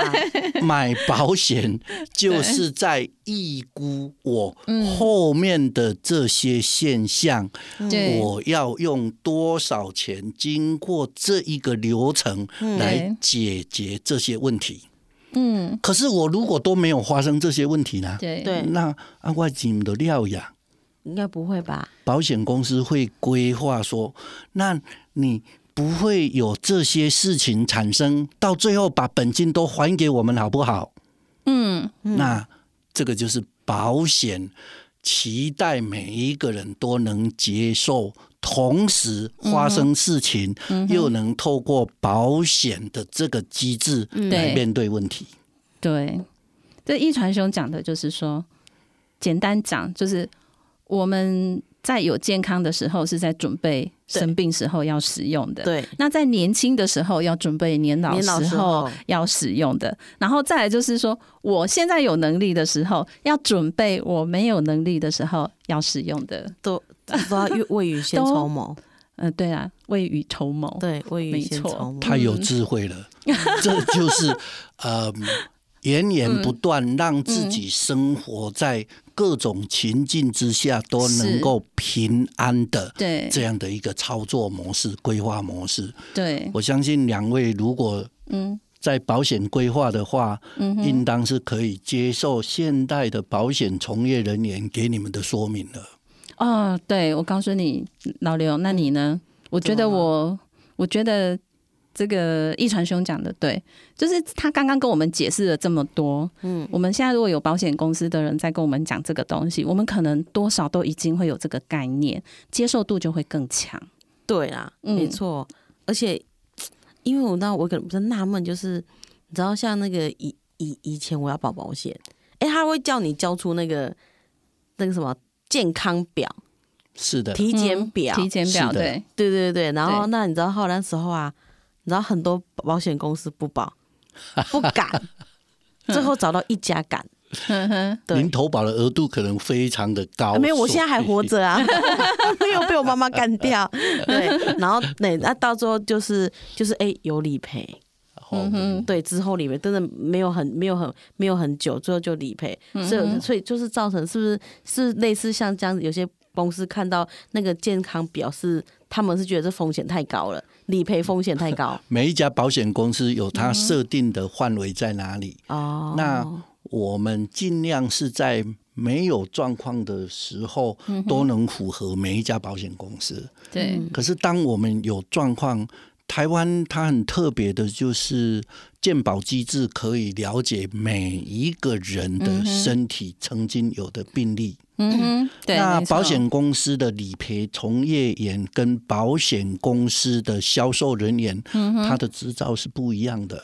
Speaker 3: 买保险就是在预估我
Speaker 1: 嗯
Speaker 3: 后面的这些现象，
Speaker 1: 对
Speaker 3: 我要用多少钱经过这一个流程来解决这些问题。
Speaker 1: 嗯，
Speaker 3: 可是我如果都没有发生这些问题呢？
Speaker 1: 对
Speaker 2: 对
Speaker 3: 那啊，我怎么料呀？
Speaker 2: 应该不会吧？
Speaker 3: 保险公司会规划说，那你不会有这些事情产生，到最后把本金都还给我们，好不好？
Speaker 1: 嗯，
Speaker 3: 那这个就是保险期待每一个人都能接受，同时发生事情、
Speaker 1: 嗯
Speaker 3: 又能透过保险的这个机制来
Speaker 1: 嗯对
Speaker 3: 面对问题。
Speaker 1: 对，这一传兄讲的就是说，简单讲就是我们在有健康的时候是在准备生病时候要使用的，。
Speaker 2: 对，
Speaker 1: 那在年轻的时候要准备年老
Speaker 2: 年老
Speaker 1: 时
Speaker 2: 时
Speaker 1: 候
Speaker 2: 候
Speaker 1: 要使用的，然后再来就是说，我现在有能力的时候要准备我没有能力的时候要使用的。
Speaker 2: 都都要 未未雨先
Speaker 1: 都
Speaker 2: 绸缪，
Speaker 1: 嗯、对啊，未雨绸缪。
Speaker 2: 对，未
Speaker 1: 没
Speaker 2: 雨先
Speaker 1: 错
Speaker 2: 绸缪，
Speaker 3: 太有智慧了，
Speaker 2: 嗯
Speaker 3: 这 就是呃，源源不断让自己生活在各种情境之下都能够平安的
Speaker 1: 对
Speaker 3: 这样的一个操作模式、规划模式。
Speaker 1: 对，
Speaker 3: 我相信两位如果
Speaker 1: 嗯
Speaker 3: 在保险规划的话，
Speaker 1: 嗯哼，
Speaker 3: 应当是可以接受现代的保险从业人员给你们的说明了。
Speaker 1: 哦，对，我告诉你，老刘，那你呢？我觉得我，我觉得这个一传兄讲的对，就是他刚刚跟我们解释了这么多，嗯，我们现在如果有保险公司的人在跟我们讲这个东西，我们可能多少都已经会有这个概念，接受度就会更强。
Speaker 2: 对啦，
Speaker 1: 嗯
Speaker 2: 没错。而且，因为我那我可能比较纳闷，就是你知道，像那个以以以前我要保保险，哎、他会叫你交出那个那个什么健康表、
Speaker 3: 是的，
Speaker 2: 体检表，
Speaker 1: 体检嗯表，
Speaker 3: 是的
Speaker 1: 对，
Speaker 2: 对对对。然后
Speaker 1: 对
Speaker 2: 那你知道后来那时候啊，你知道很多保险公司不保，不敢，最后找到一家敢。
Speaker 1: 嗯哼，
Speaker 2: 对
Speaker 3: 您，投保的额度可能非常的高，
Speaker 2: 啊没有，我现在还
Speaker 3: 所以
Speaker 2: 活着啊，没 有被我妈妈干掉。对，然后那那到最后就是就是哎、有理赔，
Speaker 3: 哦
Speaker 2: 嗯对，之后理赔真的没有很没有很没有很久，最后就理赔，
Speaker 1: 嗯
Speaker 2: 所以所以就是造成是不是是类似像这样子，有些公司看到那个健康表是他们是觉得这风险太高了，理赔风险太 高
Speaker 3: 每一家保险公司有它设定的范围在哪里。
Speaker 2: 哦，
Speaker 3: 那我们尽量是在没有状况的时候，都能符合每一家保险公司。
Speaker 1: 对，
Speaker 3: 可是当我们有状况，台湾它很特别的就是健保机制可以了解每一个人的身体曾经有的病例。
Speaker 1: 嗯哼，对，
Speaker 3: 那
Speaker 1: 没错
Speaker 3: 保险公司的理赔从业员跟保险公司的销售人员，他的执照是不一样的。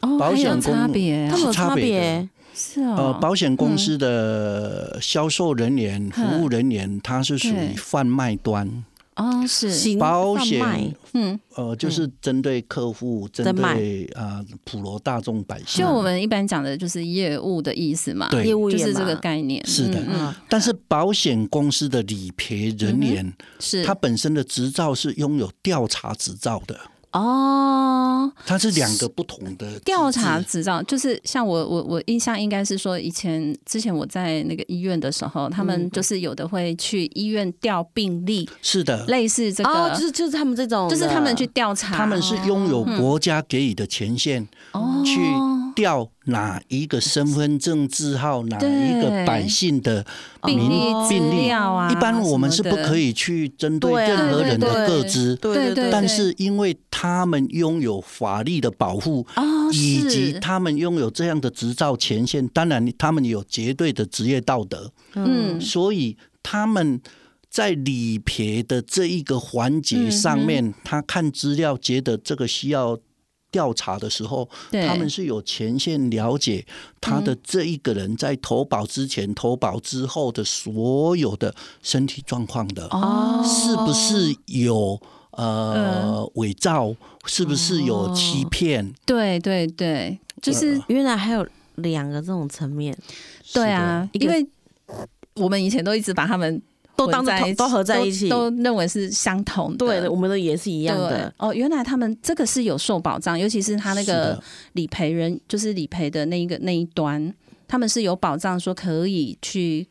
Speaker 1: 嗯哦，
Speaker 3: 保
Speaker 1: 还有
Speaker 3: 险公
Speaker 1: 差别啊
Speaker 2: 他，们有
Speaker 3: 是差
Speaker 2: 差
Speaker 3: 别的
Speaker 2: 别
Speaker 1: 是哦，
Speaker 3: 呃，保险公司
Speaker 1: 嗯
Speaker 3: 的销售人员、服务人员，他是属于
Speaker 1: 对
Speaker 3: 贩卖端，
Speaker 1: 哦，是
Speaker 2: 行
Speaker 3: 保
Speaker 2: 贩卖
Speaker 3: 险，
Speaker 1: 嗯，
Speaker 3: 呃，就是针对客户，针
Speaker 2: 卖
Speaker 3: 对啊普罗大众百姓
Speaker 1: 就。我们一般讲的就是业务的意思嘛，
Speaker 3: 对
Speaker 2: 业务
Speaker 1: 就
Speaker 2: 员
Speaker 1: 是这
Speaker 2: 嘛
Speaker 1: 个概念。
Speaker 3: 是的
Speaker 1: 嗯，嗯
Speaker 2: 嗯
Speaker 3: 但是保险公司的理赔人员，
Speaker 1: 是
Speaker 3: 他本身的执照是拥有调查执照的，
Speaker 1: 哦，
Speaker 3: 它是两个不同的
Speaker 1: 调
Speaker 3: 机
Speaker 1: 查
Speaker 3: 制
Speaker 1: 执照就是像我我我印象应该是说，以前之前我在那个医院的时候，他
Speaker 2: 嗯
Speaker 1: 们就是有的会去医院调病历，
Speaker 3: 是的，
Speaker 1: 类似这个，
Speaker 2: 哦，就是就是他们这种的，
Speaker 1: 就是他们去调查，
Speaker 3: 他们是拥有
Speaker 1: 嗯
Speaker 3: 国家给予的权限，
Speaker 1: 哦
Speaker 3: 去调哪一个身份证字号，哪一个
Speaker 1: 对
Speaker 3: 百姓的
Speaker 1: 病
Speaker 3: 民
Speaker 1: 历资
Speaker 3: 病历。
Speaker 1: 料
Speaker 2: 哦
Speaker 1: 啊，
Speaker 3: 一般我们是不可
Speaker 1: 以，
Speaker 3: 以去针对
Speaker 2: 对啊
Speaker 3: 任何人的
Speaker 1: 对对
Speaker 3: 个资，
Speaker 2: 哦
Speaker 1: 对对，
Speaker 3: 但是因为他们拥有法律的保护，
Speaker 1: 哦，
Speaker 3: 以及
Speaker 1: 是
Speaker 3: 他们拥有这样的执照权限，当然他们有绝对的职业道德，
Speaker 1: 嗯
Speaker 3: 所以他们在理赔的这一个环节上
Speaker 1: 嗯
Speaker 3: 面，他看资料觉得这个需要调查的时候，
Speaker 1: 对
Speaker 3: 他们是有权限了解他的这一个人在投保之前、投保之后的所有的身体状况的，
Speaker 1: 哦
Speaker 3: 是不是有
Speaker 1: 嗯
Speaker 3: 呃伪造，是不是有
Speaker 1: 哦
Speaker 3: 欺骗？
Speaker 1: 对对对，就是
Speaker 2: 原来还有两个这种层面，
Speaker 1: 对啊，
Speaker 2: 一个
Speaker 1: 因为我们以前都一直把他们
Speaker 2: 都当
Speaker 1: 混在
Speaker 2: 同都合在一起
Speaker 1: 都都认为是相同的。
Speaker 2: 对的，我们的也是一样的。
Speaker 1: 对哦，原来他们这个是有受保障，尤其是他那
Speaker 3: 是
Speaker 1: 个
Speaker 3: 的
Speaker 1: 理赔人，就是理赔的那一个那一端，他们是有保障，说可以去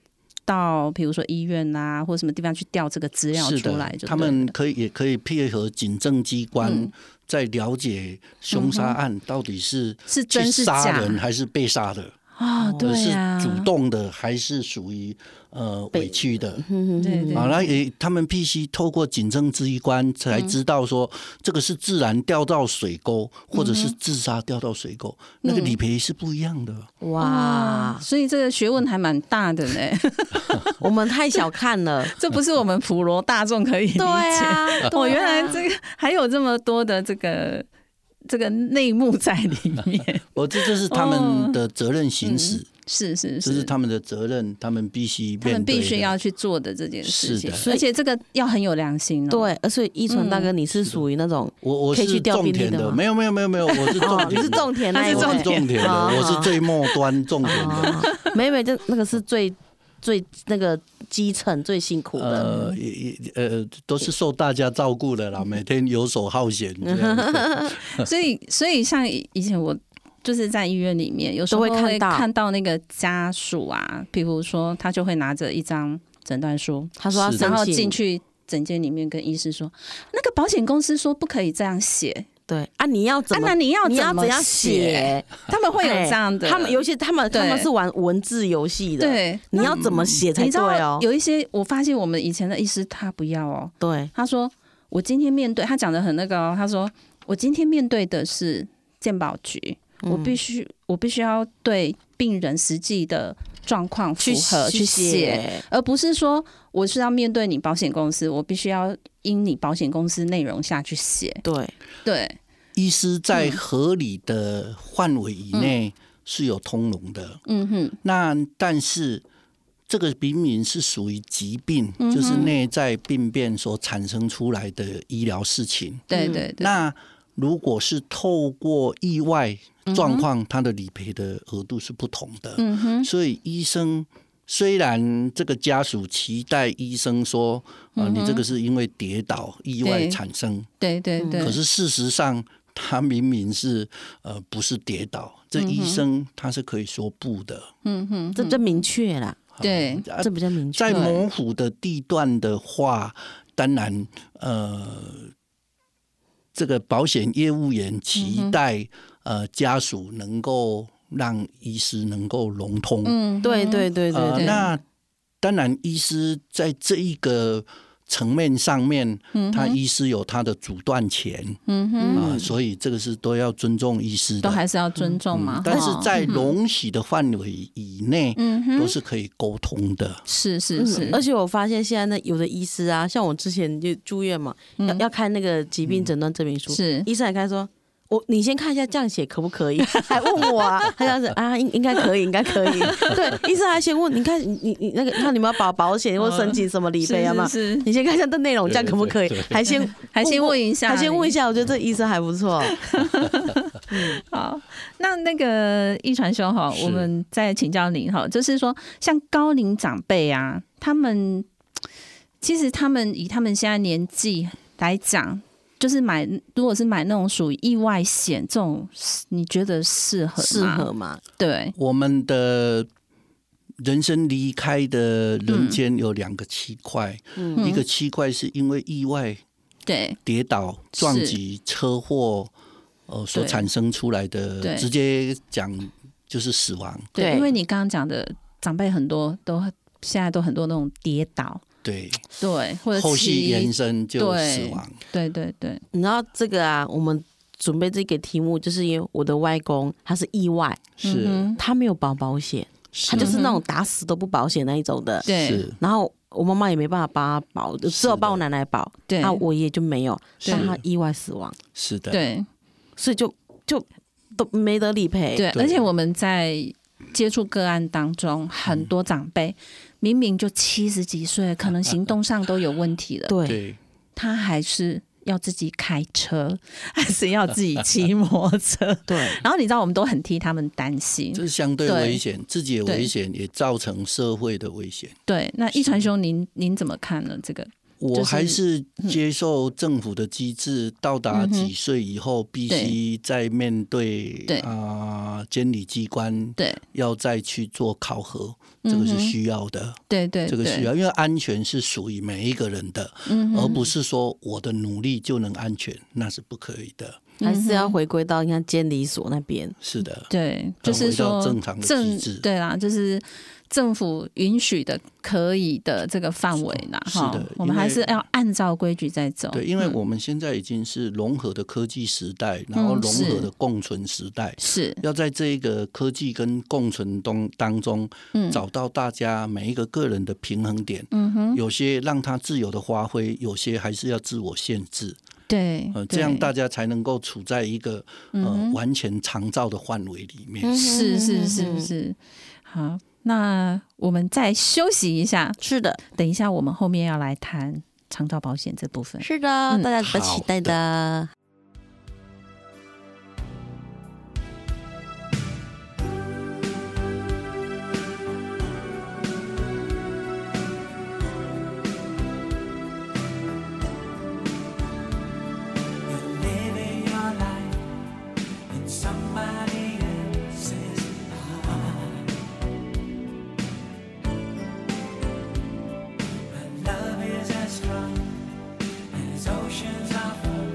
Speaker 1: 到比如说医院啊或什么地方去调这个资料
Speaker 3: 是
Speaker 1: 出来
Speaker 3: 的
Speaker 1: 就对了，
Speaker 3: 他们可以也可以配合警政机关
Speaker 1: 嗯，
Speaker 3: 在了解凶杀案到底是
Speaker 1: 是
Speaker 3: 去
Speaker 1: 真是
Speaker 3: 杀
Speaker 1: 假
Speaker 3: 人还是被杀的，
Speaker 1: 啊、对
Speaker 3: 是
Speaker 1: 呀、
Speaker 3: 主动的还是属于呃委屈的。
Speaker 2: 嗯
Speaker 1: 对对
Speaker 3: 啊，那也他们必须透过警政机关才知道说，这个是自然掉到水
Speaker 1: 嗯
Speaker 3: 沟，或者是自杀掉到水沟，那个理赔是不一样的。
Speaker 2: 哇，
Speaker 1: 所以这个学问还蛮大的呢，
Speaker 2: 我们太小看了。
Speaker 1: 这不是我们普罗大众可以理 解。
Speaker 2: 对啊，
Speaker 1: 我原来这个还有这么多的这个这个内幕在里面，
Speaker 3: 哦，这这是他们的责任行使，
Speaker 1: 是是
Speaker 3: 这是
Speaker 1: 嗯是，
Speaker 3: 他们的责任，他们必须
Speaker 1: 他们
Speaker 3: 面对
Speaker 1: 必须
Speaker 3: 的
Speaker 1: 要去做的这件事情，
Speaker 3: 是
Speaker 2: 的
Speaker 1: 而且这个要很有良心哦。
Speaker 2: 对，而且一纯大
Speaker 3: 嗯
Speaker 2: 哥，你是属于那种
Speaker 3: 我我
Speaker 2: 可以去
Speaker 3: 是
Speaker 2: 调
Speaker 3: 种
Speaker 2: 病历
Speaker 3: 田
Speaker 2: 的吗
Speaker 3: 没有没有没有没有，我是
Speaker 2: 哦
Speaker 3: 种，
Speaker 2: 你
Speaker 3: 田
Speaker 2: 是
Speaker 3: 的，
Speaker 2: 种田那一
Speaker 1: 他是
Speaker 3: 我
Speaker 2: 位
Speaker 3: 是种田的
Speaker 2: 哦，
Speaker 3: 我是最末端种田的。
Speaker 2: 哦，没没，就那个是最最那个基层最辛苦的。
Speaker 3: 呃，也也呃，都是受大家照顾的啦，每天游手好闲这样 子。
Speaker 1: 所以所以像以以前我。就是在医院里面，有时候
Speaker 2: 都会看
Speaker 1: 会
Speaker 2: 到
Speaker 1: 看到那个家属啊，比如说他就会拿着一张诊断书，
Speaker 2: 他说他
Speaker 3: 是的
Speaker 1: 然
Speaker 2: 生
Speaker 1: 后
Speaker 2: 气
Speaker 1: 进，去诊间里面跟医师说，那个保险公司说不可以这样写，
Speaker 2: 对啊，你要
Speaker 1: 啊
Speaker 2: 怎，么
Speaker 1: 那？你要
Speaker 2: 你要
Speaker 1: 怎么
Speaker 2: 怎样
Speaker 1: 写？
Speaker 2: 写？哎
Speaker 1: 他们会有这样的，
Speaker 2: 哎他们尤其他们
Speaker 1: 对
Speaker 2: 他们是玩文字游戏的，，
Speaker 1: 对，
Speaker 2: 你要怎么写才
Speaker 1: 你知
Speaker 2: 对
Speaker 1: 道
Speaker 2: 哦？
Speaker 1: 有一些，我发现我们以前的医师他不要哦，
Speaker 2: 对，
Speaker 1: 他说我今天面对他讲的很那个哦，他说我今天面对的是健保局，
Speaker 2: 嗯
Speaker 1: 我必须我必须要对病人实际的状况符合去写，，而不是说我是要面对你保险公司，我必须要因你保险公司内容下去写，
Speaker 2: 对，
Speaker 1: 对，
Speaker 3: 医师在
Speaker 2: 嗯
Speaker 3: 合理的范围以内是有通融的，
Speaker 1: 嗯哼，
Speaker 3: 那但是这个明明是属于疾病，
Speaker 2: 嗯
Speaker 3: 就是内在病变所产生出来的医疗事情。
Speaker 1: 对
Speaker 2: 嗯
Speaker 1: 对对，
Speaker 3: 那如果是透过意外状况，它的理赔的额度是不同的。
Speaker 1: 嗯哼，
Speaker 3: 所以医生虽然这个家属期待医生说，啊、你这个是因为跌倒意外
Speaker 1: 嗯对
Speaker 3: 产生，
Speaker 1: 对对对
Speaker 2: 嗯
Speaker 3: 可，是事实上。他明明是呃不是跌倒，这医生他是可以说不的，
Speaker 1: 嗯哼，
Speaker 2: 这这明确啦，
Speaker 1: 对
Speaker 3: 啊
Speaker 2: 这比较明确
Speaker 3: 在。模糊的地段的话，当然，呃，这个保险业务员期
Speaker 1: 嗯
Speaker 3: 待、呃家属能够让医师能够融通，
Speaker 1: 嗯，
Speaker 2: 对对对对
Speaker 3: 呃，
Speaker 2: 对，
Speaker 3: 那当然医师在这一个层面上面，他医师有他的主断权
Speaker 1: 嗯
Speaker 3: 啊、
Speaker 1: 哼，
Speaker 3: 所以这个是都要尊重医师
Speaker 1: 都
Speaker 3: 的。嗯
Speaker 1: 还是要尊重嘛，
Speaker 3: 但是
Speaker 1: 哈
Speaker 3: 在容许的范围以内，
Speaker 1: 嗯哼
Speaker 3: 都是可以沟通的。
Speaker 1: 是是
Speaker 2: 嗯
Speaker 1: 是，
Speaker 2: 而且我发现现在那有的医师啊，像我之前就住院嘛，要要看那个疾病诊断证明书，
Speaker 1: 嗯是
Speaker 2: 医生还开说，我你先看一下这样写可不可以？还问我啊？他这样子啊，应应该可以，应该可以。对，医生还先问，你看你你你那个，看你们要保保险或申请什么理赔啊嘛？
Speaker 1: 是是
Speaker 2: 你先看一下这内容，这样可不可以
Speaker 3: 对对？对
Speaker 2: 还先
Speaker 1: 还先问一下
Speaker 2: 还先问一下，我觉得这医生还不错。
Speaker 1: 好，那那个一传兄哈，
Speaker 3: 是
Speaker 1: 我们再请教您哈，就是说像高龄长辈啊，他们其实他们以他们现在年纪来讲，就是买如果是买那种属于意外险这种，你觉得适合吗
Speaker 2: 适合？吗？
Speaker 1: 对，
Speaker 3: 我们的人生离开的人间有两个区块，
Speaker 1: 嗯
Speaker 3: 一个区块是因为意外、
Speaker 1: 对，
Speaker 3: 跌倒、撞击、车祸，呃，所
Speaker 1: 对
Speaker 3: 产生出来的
Speaker 1: 对，
Speaker 3: 直接讲就是死亡。
Speaker 1: 对，
Speaker 2: 对
Speaker 1: 因为你刚刚讲的长辈很多都现在都很多那种跌倒，
Speaker 3: 对，
Speaker 1: 对，或者
Speaker 3: 后续
Speaker 1: 骑
Speaker 3: 延伸就死亡。
Speaker 1: 对对对，
Speaker 2: 你知道这个啊？我们准备这个题目，就是因为我的外公他是意外，
Speaker 3: 是、
Speaker 1: 嗯哼
Speaker 2: 他没有保保险，
Speaker 3: 是，
Speaker 2: 他就是那种打死都不保险那一种的。
Speaker 1: 对
Speaker 3: 是
Speaker 2: 然后我妈妈也没办法帮他保，只有帮我奶奶保，
Speaker 1: 对
Speaker 2: 啊，我爷爷就没有，
Speaker 3: 是
Speaker 2: 但他意外死亡，
Speaker 3: 是的，
Speaker 1: 对
Speaker 2: 所以就就都没得理赔。
Speaker 1: 对，
Speaker 3: 哎对
Speaker 1: 而且我们在接触个案当中，很多长辈明明就七十几岁，可能行动上都有问题了，
Speaker 2: 对
Speaker 3: 对
Speaker 1: 他还是要自己开车， 还是要自己骑摩托 车。
Speaker 2: 对
Speaker 1: 然后你知道，我们都很替他们担心
Speaker 3: 这。是相对
Speaker 1: 对
Speaker 3: 危险，自己的
Speaker 1: 对
Speaker 3: 危险也造成社会的危险。
Speaker 1: 对，那一传兄，您您怎么看呢？这个
Speaker 3: 我还是
Speaker 1: 嗯
Speaker 3: 接受政府的机制，到达几岁以后，必须再面对
Speaker 1: 对
Speaker 3: 啊、监理机关
Speaker 1: 对
Speaker 3: 要再去做考核，这个
Speaker 1: 嗯
Speaker 3: 是
Speaker 1: 哼
Speaker 3: 需要的，
Speaker 1: 对对，
Speaker 3: 这个
Speaker 1: 对
Speaker 3: 需，要，因为安全是属于每一个人的，
Speaker 1: 嗯
Speaker 3: 而不是说我的努力就能安全，那是不可以的。
Speaker 2: 还是要回归到你看监理所那边。
Speaker 3: 是的，
Speaker 1: 对，
Speaker 3: 要
Speaker 1: 就是
Speaker 3: 回到
Speaker 1: 说
Speaker 3: 正常的机制
Speaker 1: 对啦，就是政府允许的可以的这个范围啦，
Speaker 3: 是
Speaker 1: 哈
Speaker 3: 的，
Speaker 1: 我们
Speaker 3: 因为
Speaker 1: 还是要按照规矩在走。
Speaker 3: 对，因为
Speaker 1: 嗯
Speaker 3: 我们现在已经是融合的科技时代，然后
Speaker 1: 嗯
Speaker 3: 融
Speaker 1: 是
Speaker 3: 合的共存时代，
Speaker 1: 是
Speaker 3: 要在这一个科技跟共存中当中，
Speaker 1: 嗯
Speaker 3: 找到大家每一个个人的平衡点。
Speaker 1: 嗯哼，
Speaker 3: 有些让他自由的发挥，有些还是要自我限制，
Speaker 1: 对，
Speaker 3: 呃，
Speaker 1: 嗯对嗯
Speaker 3: 这样大家才能够处在一个呃完全长照的范围里面。
Speaker 1: 是是是是好。那我们再休息一下，
Speaker 2: 是的，
Speaker 1: 等一下我们后面要来谈长照保险这部分。
Speaker 2: 是的，
Speaker 1: 嗯
Speaker 2: 大家比较期待的。
Speaker 4: Living your life in somebody else's mind. My love is as strong as oceans are full.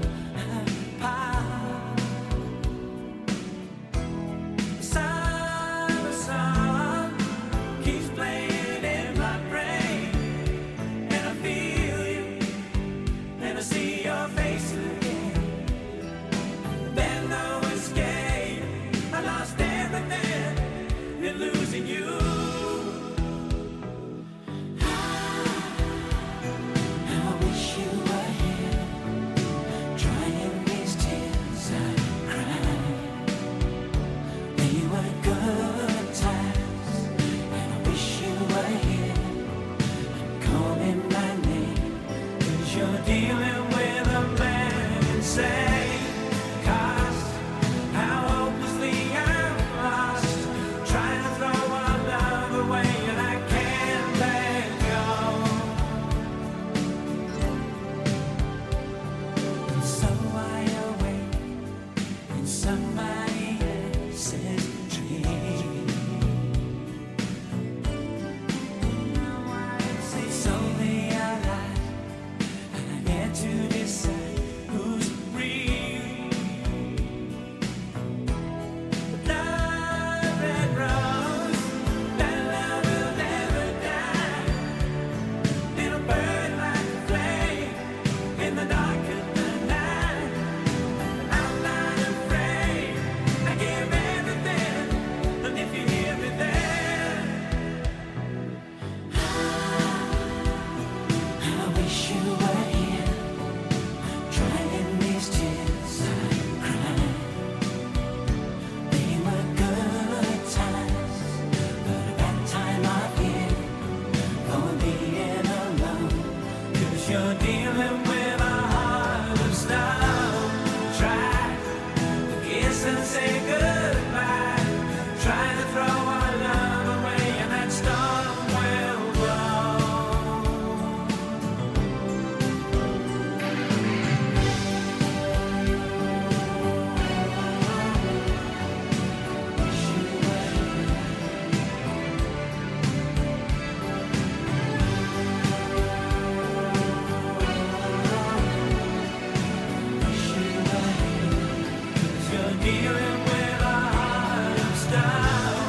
Speaker 4: Even when our hearts down,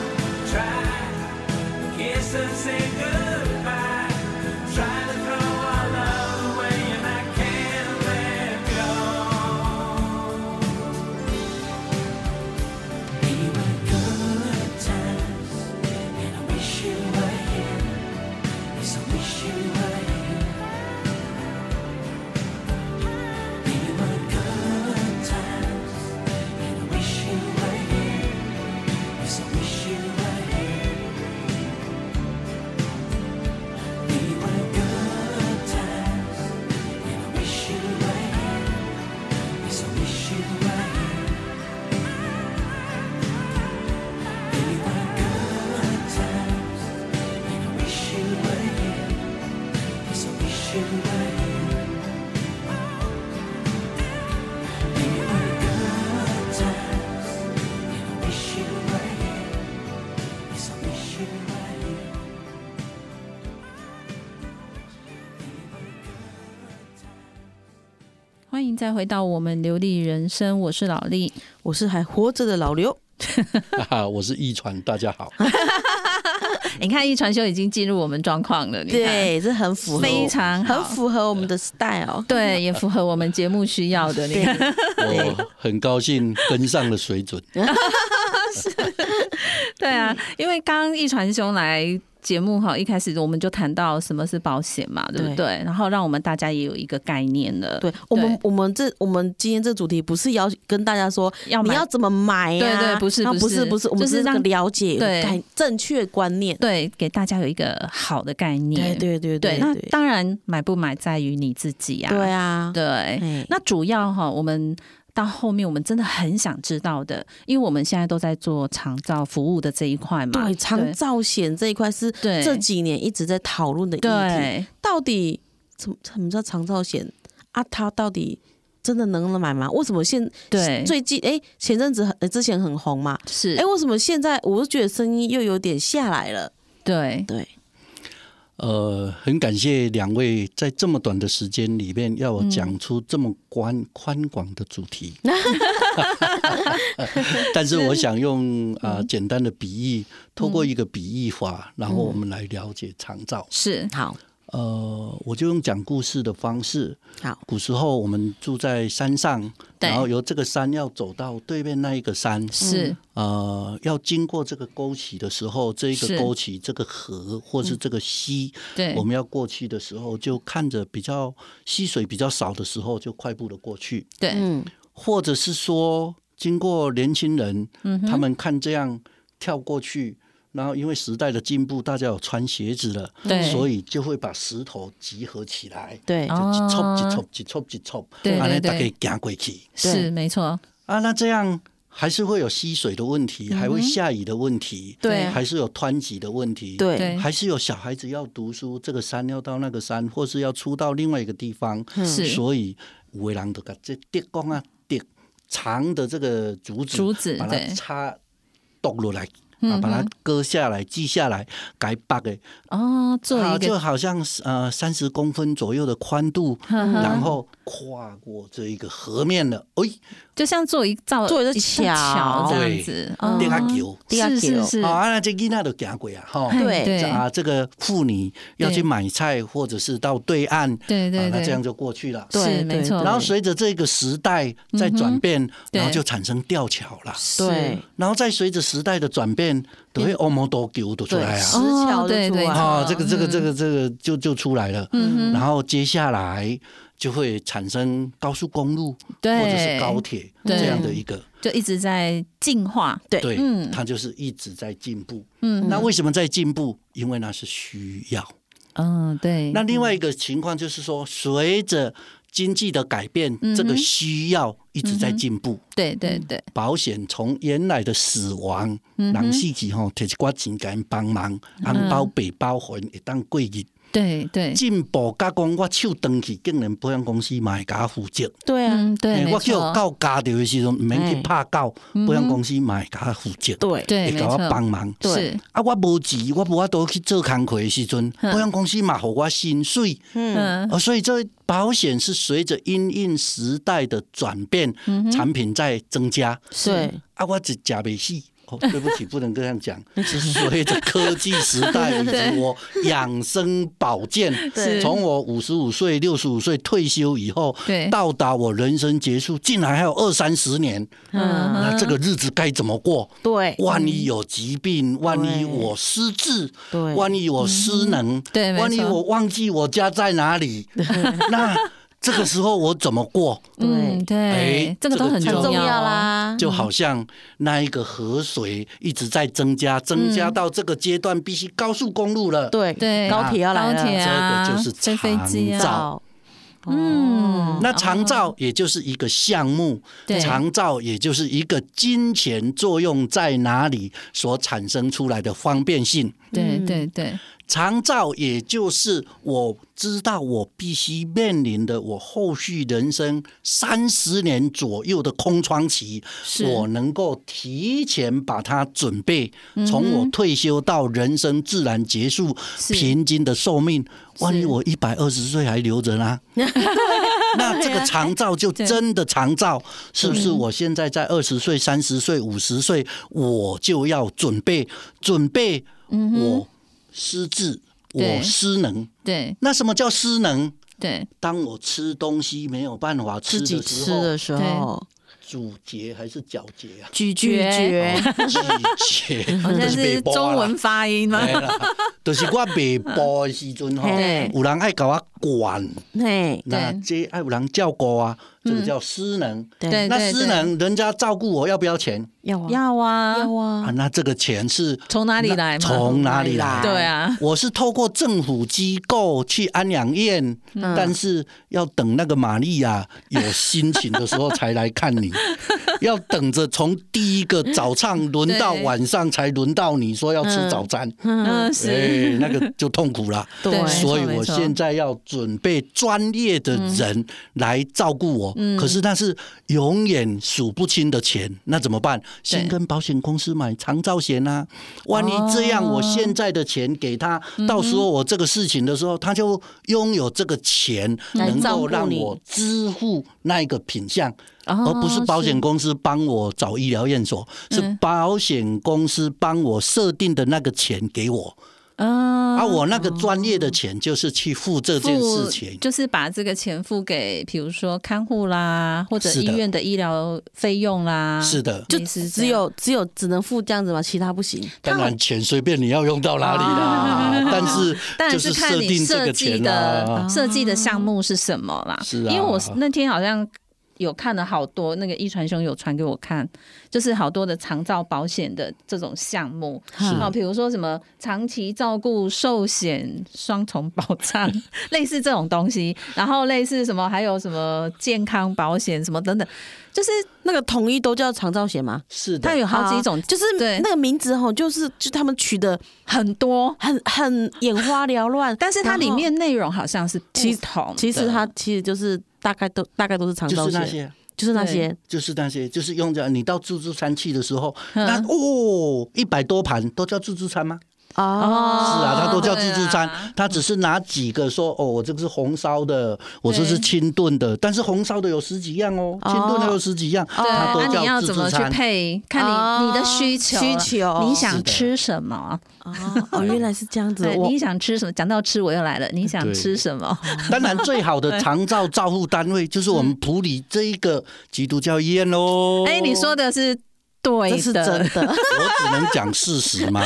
Speaker 4: try kiss and say goodbye. Try to throw our love away, and I can't let go. We were good at times, and I wish you were here. Yes, I wish you were here. We were good times, and I wish you were here. Yes, I wish you were here. We were good times, and I wish you were here. Yes, I wish you were here. We were good times, and I wish you were here. Yes, I wish you were here. We were good times, and I wish you were here. Yes, I wish you were here. We were good times.
Speaker 1: 欢迎再回到我们流利人生，我是老丽。
Speaker 2: 我是还活着的老刘，
Speaker 3: 哈哈，我是一传，大家 好。
Speaker 1: 你看，一传修已经进入我们状况了，你看，
Speaker 2: 对，这很符合我，
Speaker 1: 非常好
Speaker 2: 很符合我们的 style。
Speaker 1: 对，也符合我们节目需要的。你看，
Speaker 3: 我很高兴跟上了水准，
Speaker 1: 对啊，因为刚刚一传兄来节目哈，一开始我们就谈到什么是保险嘛，对不对？
Speaker 2: 对
Speaker 1: 然后让我们大家也有一个概念了。
Speaker 2: 对我们，我们这我们今天这主题不是要跟大家说
Speaker 1: 要
Speaker 2: 你
Speaker 1: 买
Speaker 2: 要怎么买呀、
Speaker 1: 对对不是
Speaker 2: 然后
Speaker 1: 不
Speaker 2: 不
Speaker 1: 是
Speaker 2: 不是，我们
Speaker 1: 就是
Speaker 2: 只
Speaker 1: 让
Speaker 2: 了解
Speaker 1: 对
Speaker 2: 概正确观念。
Speaker 1: 对，给大家有一个好的概念。
Speaker 2: 对对
Speaker 1: 对
Speaker 2: 对
Speaker 1: 那当然买不买在于你自己呀、
Speaker 2: 对啊，
Speaker 1: 对
Speaker 2: 哎
Speaker 1: 那主要哈，我们到后面我们真的很想知道的，因为我们现在都在做长照服务的这一块嘛。
Speaker 2: 对长照险这一块是
Speaker 1: 对
Speaker 2: 这几年一直在讨论的议题，
Speaker 1: 对
Speaker 2: 到底怎么怎么叫长照险啊？它到底真的能买吗？为什么现
Speaker 1: 对
Speaker 2: 最近哎前阵子很呃之前很红嘛？
Speaker 1: 是
Speaker 2: 哎，为什么现在我就觉得声音又有点下来了？
Speaker 1: 对
Speaker 2: 对，
Speaker 3: 呃，很感谢两位在这么短的时间里面要我讲出这么宽宽广的主题。 但是我想用啊、呃简单的比喻，透过一个比喻法，然后我们来了解长照。
Speaker 1: 是
Speaker 2: 好，
Speaker 3: 呃，我就用讲故事的方式。
Speaker 2: 好，
Speaker 3: 古时候我们住在山上，
Speaker 1: 对
Speaker 3: 然后由这个山要走到对面那一个山，
Speaker 2: 嗯
Speaker 1: 是
Speaker 3: 呃，要经过这个沟渠的时候，这一
Speaker 1: 是嗯
Speaker 3: 个沟渠、这个河或是这个溪，
Speaker 1: 对
Speaker 3: 我们要过去的时候，就看着比较溪水比较少的时候，就快步的过去，
Speaker 1: 对、
Speaker 2: 嗯，
Speaker 3: 或者是说，经过年轻人，
Speaker 1: 嗯
Speaker 3: 他们看这样跳过去。然后，因为时代的进步，大家有穿鞋子了，
Speaker 1: 对
Speaker 3: 所以就会把石头集合起来，
Speaker 2: 对
Speaker 1: 哦
Speaker 3: 就一撮一撮一撮一撮，
Speaker 1: 对
Speaker 3: 安
Speaker 1: 对
Speaker 3: 尼大
Speaker 1: 对
Speaker 3: 家行过去。
Speaker 1: 是没错，
Speaker 3: 啊，那这样还是会有溪水的问
Speaker 1: 嗯
Speaker 3: 题，还会下雨的问题，
Speaker 2: 对啊
Speaker 3: 还是有湍急的问题，，
Speaker 2: 对
Speaker 1: 对
Speaker 3: 还是有小孩子要读书，这个山要到那个山，或是要出到另外一个地方，
Speaker 1: 嗯是
Speaker 3: 所以有的人就把这竹竿啊竹长的这个竹子，
Speaker 1: 竹子
Speaker 3: 把它
Speaker 1: 对嗯
Speaker 3: 插剁落来。啊，把它割下来、锯下来、改拔的，
Speaker 1: 哦，做
Speaker 3: 啊，
Speaker 1: 一
Speaker 3: 就
Speaker 1: 个
Speaker 3: 好像是呃三十公分左右的宽度，
Speaker 1: 嗯
Speaker 3: 然后跨过这一个河面了，哎，
Speaker 1: 就像做一造
Speaker 2: 做一个
Speaker 1: 座
Speaker 2: 桥
Speaker 1: 桥这样
Speaker 3: 对
Speaker 1: 子，哦
Speaker 3: 电啊球，
Speaker 2: 啊
Speaker 1: 是是
Speaker 2: 桥
Speaker 1: 是，
Speaker 3: 啊，那这囡仔都行过啊，吼。
Speaker 1: 哎
Speaker 2: 对
Speaker 1: 对
Speaker 3: 啊，这个妇女要去买菜，或者是到对岸，
Speaker 1: 对对
Speaker 3: 啊，那
Speaker 1: 对
Speaker 3: 这样就过去了。
Speaker 2: 对
Speaker 1: 是没
Speaker 2: 对
Speaker 1: 错，
Speaker 3: 然后随着这个时代在转变，
Speaker 1: 对
Speaker 3: 然后就产生吊桥了。
Speaker 2: 对
Speaker 3: 然后再随着时代的转变，都会欧摩多球都出来
Speaker 2: 对，
Speaker 3: 啊
Speaker 2: 石。桥就
Speaker 1: 哦嗯对
Speaker 2: 出
Speaker 1: 对
Speaker 2: 来
Speaker 1: 对
Speaker 3: 啊，
Speaker 2: 了
Speaker 3: 这个这个这个这个就就出来了。然后接下来就会产生高速公路
Speaker 1: 嗯对
Speaker 3: 或者是高铁
Speaker 1: 对
Speaker 3: 这样的一个，
Speaker 1: 就一直在进化，
Speaker 2: 对
Speaker 3: 对
Speaker 1: 嗯，
Speaker 3: 它就是一直在进步。
Speaker 1: 嗯
Speaker 3: 那为什么在进步？因为那是需要。
Speaker 1: 嗯，对，
Speaker 3: 那另外一个情况就是说，随着经济的改变，
Speaker 1: 嗯哼嗯
Speaker 3: 这个需要一直在进步。
Speaker 1: 对对
Speaker 3: 嗯
Speaker 1: 对，
Speaker 3: 保险从原来的死亡，
Speaker 1: 嗯
Speaker 3: 人死去吼，摕一寡钱给人帮忙，红包、白包还一当过日，
Speaker 1: 对对，
Speaker 3: 进步甲讲我手断去，竟然保险公司嘛会甲我负责。
Speaker 2: 对啊，
Speaker 1: 嗯对，
Speaker 3: 欸
Speaker 1: 没
Speaker 3: 我
Speaker 1: 错哎嗯
Speaker 3: 叫狗咬着的时阵，毋免去拍狗，保险公司嘛会甲我负责，
Speaker 2: 对
Speaker 1: 对，
Speaker 3: 会
Speaker 1: 没
Speaker 3: 甲我
Speaker 1: 错，
Speaker 3: 帮忙。
Speaker 1: 是
Speaker 3: 啊，我无钱，我无法度去做工课的时阵，保险公司嘛互我薪水。
Speaker 1: 嗯
Speaker 3: 哦，所以这保险是随着因应时代的转变，
Speaker 1: 嗯
Speaker 3: 产品在增加。
Speaker 2: 对，
Speaker 3: 啊，我只假没戏。哦，对不起，不 能这样讲。是随着科技时代 以及我养生保健，
Speaker 2: 是
Speaker 3: 从我五十五岁、六十五岁退休以后
Speaker 1: 对，
Speaker 3: 到达我人生结束，竟然还有二三十年，
Speaker 2: 嗯，
Speaker 3: 那这个日子该怎么过？
Speaker 2: 对，
Speaker 3: 万一有疾病，
Speaker 1: 嗯
Speaker 3: 万一我失智，
Speaker 2: 对
Speaker 3: 万一我失能，
Speaker 1: 嗯对没错
Speaker 3: 万一我忘记我家在哪 里，那这个时候我怎么过？
Speaker 1: 嗯，对
Speaker 3: 哎，
Speaker 1: 这个都很
Speaker 3: 这
Speaker 2: 很
Speaker 3: 个
Speaker 2: 重要
Speaker 1: 要哦，
Speaker 2: 啦，
Speaker 3: 就好像那一个河水一直在增加，增加到这个阶段必须高速公路了，
Speaker 2: 对
Speaker 1: 嗯对
Speaker 2: 高铁要来
Speaker 1: 高铁
Speaker 2: 了，
Speaker 1: 啊，
Speaker 3: 这个就是
Speaker 1: 乘飞机
Speaker 3: 长
Speaker 1: 啊，
Speaker 3: 照
Speaker 2: 早，嗯，
Speaker 3: 那长照也就是一个项目
Speaker 1: 哦对，
Speaker 3: 长照也就是一个金钱作用在哪里所产生出来的方便性。
Speaker 1: 对对对，
Speaker 3: 长照也就是我知道我必须面临的我后续人生三十年左右的空窗期，
Speaker 1: 是
Speaker 3: 我能够提前把它准备，
Speaker 1: 嗯
Speaker 3: 从我退休到人生自然结束
Speaker 1: 是
Speaker 3: 平均的寿命，万一我一百二十岁还留着呢？ 那这个长照就真的长照，
Speaker 2: 啊
Speaker 3: 是不是？我现在在二十岁、三十岁、五十岁，我就要准备准备
Speaker 2: 嗯
Speaker 3: 我失智，
Speaker 1: 对
Speaker 3: 我失能。
Speaker 1: 对
Speaker 3: 那什么叫失能？
Speaker 1: 对
Speaker 3: 当我吃东西没有办法吃
Speaker 2: 自己
Speaker 3: 的
Speaker 2: 吃
Speaker 3: 时候，
Speaker 2: 的时候，
Speaker 3: 咀嚼还是嚼 嚼啊？
Speaker 1: 咀
Speaker 2: 咀嚼，
Speaker 3: 咀嚼，
Speaker 1: 好像
Speaker 3: 就是啊是不
Speaker 1: 中
Speaker 3: 啦
Speaker 1: 文发音吗？
Speaker 3: 哎啦，就是我未播的时阵吼，
Speaker 2: 嘿
Speaker 3: 有人爱甲我管，
Speaker 2: 嘿，
Speaker 3: 那这爱有人照顾啊，这
Speaker 2: 嗯
Speaker 3: 个叫失能。
Speaker 1: 对
Speaker 3: 哎那
Speaker 1: 对
Speaker 3: 失能，人家照顾我要 不要钱
Speaker 2: 要啊
Speaker 1: 要啊，
Speaker 2: 要
Speaker 3: 啊？
Speaker 2: 啊，
Speaker 3: 那这个钱是
Speaker 1: 从哪里来嘛？
Speaker 3: 从哪里来？
Speaker 1: 对啊，
Speaker 3: 我是透过政府机构去安养院，
Speaker 1: 嗯
Speaker 3: 但是要等那个玛利亚有心情的时候才来看 你，要等着从第一个早上轮到
Speaker 1: 对
Speaker 3: 晚上才轮到你说要吃早餐，
Speaker 1: 嗯
Speaker 3: 哎、
Speaker 1: 是，
Speaker 3: 那个就痛苦了。
Speaker 1: 对，没
Speaker 3: 所以
Speaker 1: 错没
Speaker 3: 我
Speaker 1: 错嗯
Speaker 3: 现在要准备专业的人来照顾我，可是那是永远数不清的钱，那怎么办？先跟保险公司买长照险啊！万一这样，我现在的钱给他，
Speaker 1: 哦
Speaker 3: 到时候我这个事情的时候，他就拥有这个钱，
Speaker 2: 来
Speaker 3: 能
Speaker 2: 照顾
Speaker 3: 够让
Speaker 2: 你
Speaker 3: 我支付那一个品项，
Speaker 1: 哦
Speaker 3: 而不是保险公司帮我找医疗院所，是保险公司帮我设定的那个钱给我。
Speaker 1: 啊
Speaker 3: 啊，我那个专业的钱就是去付这件事情，
Speaker 1: 就是把这个钱付给，比如说看护啦，或者
Speaker 3: 是
Speaker 1: 医
Speaker 3: 的
Speaker 1: 院的医疗费用啦。
Speaker 3: 是的。
Speaker 2: 就
Speaker 1: 类似
Speaker 2: 只
Speaker 1: 这样
Speaker 2: 有只有只能付这样子嘛，其他不行。
Speaker 3: 当然，钱随便你要用到哪 里啦，但是
Speaker 1: 当然
Speaker 3: 就是
Speaker 1: 看
Speaker 3: 设
Speaker 1: 你
Speaker 3: 定这
Speaker 1: 设
Speaker 3: 个
Speaker 1: 计
Speaker 3: 钱啊
Speaker 1: 的
Speaker 2: 啊
Speaker 3: 啦。
Speaker 1: 设计的项目是什么啦。
Speaker 3: 是啊
Speaker 1: 因为我是那天好像有看了好多，那个一传兄有传给我看，就是好多的长照保险的这种项目啊，比如说什么长期照顾寿险双重保障， 类似这种东西，然后类似什么还有什么健康保险什么等等，就是
Speaker 2: 那个统一都叫长照险吗？
Speaker 3: 是
Speaker 1: 它
Speaker 3: 的，
Speaker 1: 有好几种，
Speaker 2: 啊
Speaker 1: 就
Speaker 2: 就是是
Speaker 1: 对
Speaker 2: 那个名字吼，就是就他们取的
Speaker 1: 很多。
Speaker 2: 很 很眼花缭乱，
Speaker 1: 但是它里面内容好像是不
Speaker 2: 其
Speaker 1: 同，
Speaker 2: 其实它其实就是大概都大概都是长
Speaker 3: 啊就
Speaker 2: 照
Speaker 3: 是那
Speaker 2: 险，
Speaker 3: 些，
Speaker 2: 就是那些，
Speaker 3: 就是那些，就是用着你到自助餐去的时候，
Speaker 1: 嗯
Speaker 3: 那哦，一百多盘都叫自助餐吗？
Speaker 2: 哦，
Speaker 3: 是啊，它都叫自助
Speaker 1: 对啊
Speaker 3: 餐，它只是拿几个说哦，我这个是红烧的，我这是清炖的，但是红烧的有十几样哦，清炖的有十几样，
Speaker 1: 对，
Speaker 3: 它都
Speaker 1: 那你要
Speaker 3: 叫自
Speaker 1: 怎
Speaker 3: 助
Speaker 1: 么去
Speaker 3: 餐。
Speaker 1: 配？看你、你的需求了，
Speaker 2: 哦需求
Speaker 1: 你
Speaker 3: 是
Speaker 1: 想
Speaker 3: 的
Speaker 1: 吃什么？
Speaker 2: 哦哦，原来是这样子，
Speaker 1: 对，
Speaker 2: 我
Speaker 1: 你想吃什么？讲到吃，我又来了，你想
Speaker 3: 对
Speaker 1: 吃什么？
Speaker 3: 当然，最好的长照照护单位就是我们普里这一个基督教医院喽。
Speaker 1: 哎、你说的是对
Speaker 2: 哦这
Speaker 1: 的，
Speaker 2: 是真的，
Speaker 3: 我只能讲事 实嘛，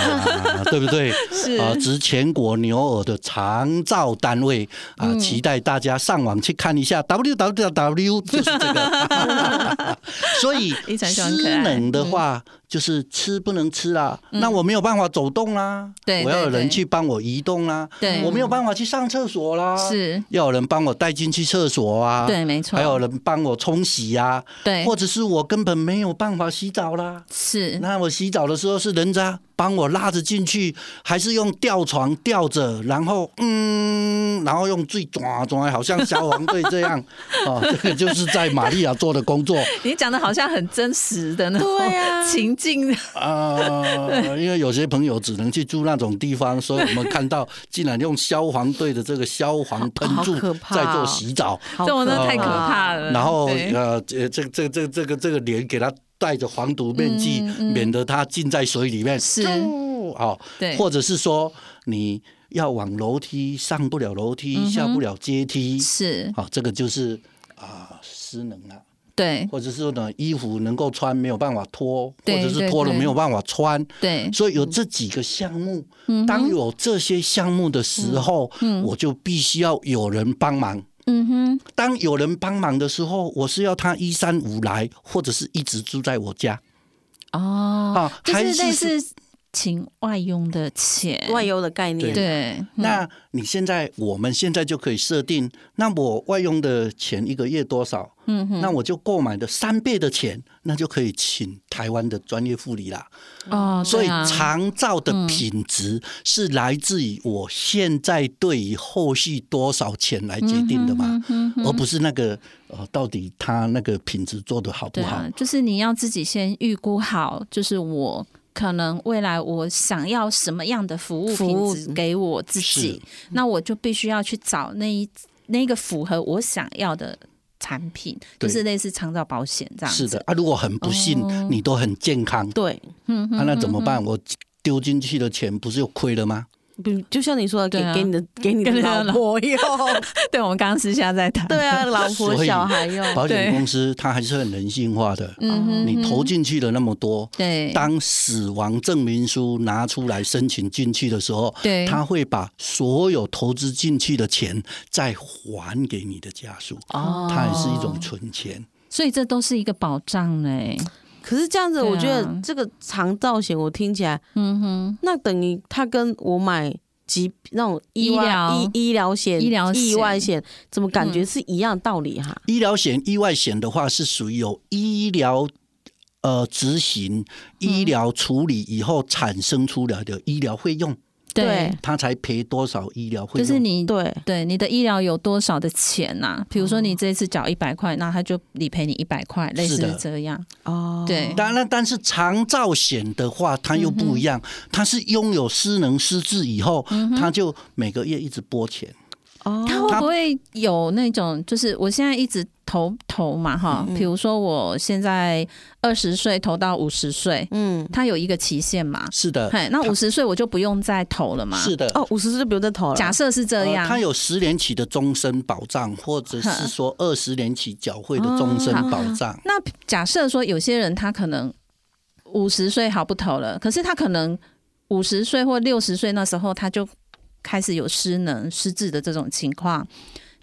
Speaker 3: 对不对？
Speaker 1: 是
Speaker 3: 啊，执全国牛耳的长照单位啊，
Speaker 1: 嗯
Speaker 3: 期待大家上网去看一下 www 就是这个。所以
Speaker 1: 一传喜欢可爱嗯
Speaker 3: 失能的话，就是吃不能吃啦、那我没有办法走动啦，
Speaker 1: 对
Speaker 3: 我要有
Speaker 1: 对
Speaker 3: 人
Speaker 1: 对
Speaker 3: 去帮我移动啦，
Speaker 1: 对
Speaker 3: 我没有办法去上厕所啦，
Speaker 1: 是，
Speaker 3: 要有人帮我带进去厕所啊，
Speaker 1: 对，，没错，
Speaker 3: 还有人帮我冲洗啊，
Speaker 1: 对，
Speaker 3: 或者是我根本没有办法洗澡啦，
Speaker 1: 是
Speaker 3: 那我洗澡的时候是人家帮我拉着进去，还是用吊床吊着，然后嗯，然后用最抓抓，好像消防队 这样哦，这个就是在玛利亚做的工作
Speaker 1: 你讲的好像很真实的那种
Speaker 2: 对啊
Speaker 1: 情境，
Speaker 3: 啊、因为有些朋友只能去住那种地方，所以我们看到竟然用消防队的这个消防喷
Speaker 2: 好
Speaker 3: 柱
Speaker 2: 可怕
Speaker 3: 在
Speaker 2: 哦
Speaker 3: 做洗澡，
Speaker 2: 好
Speaker 1: 这种真的太可
Speaker 2: 怕
Speaker 1: 怕了。
Speaker 3: 然后
Speaker 1: 嗯对
Speaker 3: 呃，这这这这这个这个脸给他戴着防毒面具，
Speaker 1: 嗯嗯
Speaker 3: 免得他浸在水里面。
Speaker 1: 是
Speaker 3: 哦，
Speaker 1: 对
Speaker 3: 或者是说你要往楼梯上不了楼梯，下不了阶梯，
Speaker 1: 嗯是，
Speaker 3: 好、这个就是啊、失能啊，
Speaker 1: 对
Speaker 3: 或者是说呢，衣服能够穿没有办法脱，或
Speaker 1: 对
Speaker 3: 者是
Speaker 1: 对
Speaker 3: 脱了
Speaker 1: 对
Speaker 3: 没有办法穿，
Speaker 1: 对，
Speaker 3: 所以有这几个项目。
Speaker 1: 嗯
Speaker 3: 当有这些项目的时候，我就必须要有人帮忙。
Speaker 1: 嗯哼，
Speaker 3: 当有人帮忙的时候，我是要他一三五来，或者是一直住在我家
Speaker 1: 哦，
Speaker 3: 啊，
Speaker 1: 就
Speaker 3: 还
Speaker 1: 是类
Speaker 3: 是
Speaker 1: 似情外用的钱，
Speaker 2: 外忧的概念，
Speaker 1: 对，嗯
Speaker 3: 那你现在，我们现在就可以设定，那我外佣的钱一个月多少？嗯哼，那我就购买的三倍的钱，那就可以请台湾的专业护理啦。
Speaker 1: 哦，
Speaker 3: 所以
Speaker 1: 对啊
Speaker 3: 长照的品质是来自于我现在对于后续多少钱来决定的
Speaker 1: 嗯
Speaker 3: 嘛，而不是那个呃，到底他那个品质做得好不
Speaker 1: 对
Speaker 3: 好
Speaker 1: 啊？，就是你要自己先预估好，就是我可能未来我想要什么样的服务
Speaker 2: 服
Speaker 1: 品
Speaker 2: 务
Speaker 1: 质给我自己，那我就必须要去找那一那个符合我想要的产品，就
Speaker 3: 对
Speaker 1: 是类似长照保险这样子。
Speaker 3: 是的，啊，如果很不幸、
Speaker 1: 哦
Speaker 3: 你都很健康，
Speaker 2: 对，
Speaker 1: 嗯
Speaker 3: 啊，那怎么办？我丢进去的钱不是又亏了吗？
Speaker 2: 比就像你说的，
Speaker 1: 对啊
Speaker 2: 给给你的给你的
Speaker 1: 跟那个
Speaker 2: 老婆用，
Speaker 1: 对，我们刚刚私下在谈。
Speaker 2: 对啊，老婆
Speaker 3: 所以
Speaker 2: 小孩用，
Speaker 3: 保险
Speaker 1: 对
Speaker 3: 公司它还是很人性化的，
Speaker 1: 嗯哼，
Speaker 3: 你投进去了那么多。
Speaker 1: 对
Speaker 3: 当死亡证明书拿出来申请进去的时候，
Speaker 1: 对
Speaker 3: 他会把所有投资进去的钱再还给你的家属，
Speaker 1: 哦
Speaker 3: 它也是一种存钱。
Speaker 1: 所以这都是一个保障欸嘞、
Speaker 2: 可是这样子，
Speaker 1: 对啊
Speaker 2: 我觉得这个长照险，我听起来，
Speaker 1: 嗯哼，
Speaker 2: 那等于他跟我买疾那种意
Speaker 1: 医
Speaker 2: 外
Speaker 1: 疗
Speaker 2: 医医疗险、
Speaker 1: 医疗
Speaker 2: 意外
Speaker 1: 险
Speaker 2: 险，怎么感觉是一样道理啊哈？
Speaker 3: 医疗险、意外险的话，是属于有医疗呃执行、
Speaker 1: 嗯
Speaker 3: 医疗处理以后产生出来的医疗费用，
Speaker 1: 对，
Speaker 3: 他才赔多少医疗
Speaker 1: 就
Speaker 3: 费用？
Speaker 1: 是你
Speaker 2: 对，
Speaker 1: 对你的医疗有多少的钱呐、比如说你这次缴一百块，那他就理赔你一百块，类似
Speaker 3: 哦是的
Speaker 1: 这样。
Speaker 2: 哦，
Speaker 1: 对，
Speaker 3: 当然，但是长照险的话，它又
Speaker 1: 嗯
Speaker 3: 不一样，它是拥有失能失智以后，
Speaker 1: 嗯
Speaker 3: 它就每个月一直拨钱。
Speaker 1: 他会不会有那种，就是我现在一直投投嘛
Speaker 3: 嗯
Speaker 1: 哈，比如说我现在二十岁投到五十岁，
Speaker 2: 嗯，
Speaker 1: 它有一个期限嘛？
Speaker 3: 是的，
Speaker 1: 嘿，那
Speaker 3: 它
Speaker 1: 五十岁我就不用再投了嘛？
Speaker 3: 是的。
Speaker 2: 哦，五十岁就不用再投了。
Speaker 1: 假设是这样
Speaker 3: 呃，它有十年期的终身保障，或者是说二十年期缴费的终身保障。
Speaker 1: 那假设说有些人他可能五十岁好不投了，可是他可能五十岁或六十岁那时候他就开始有失能失智的这种情况，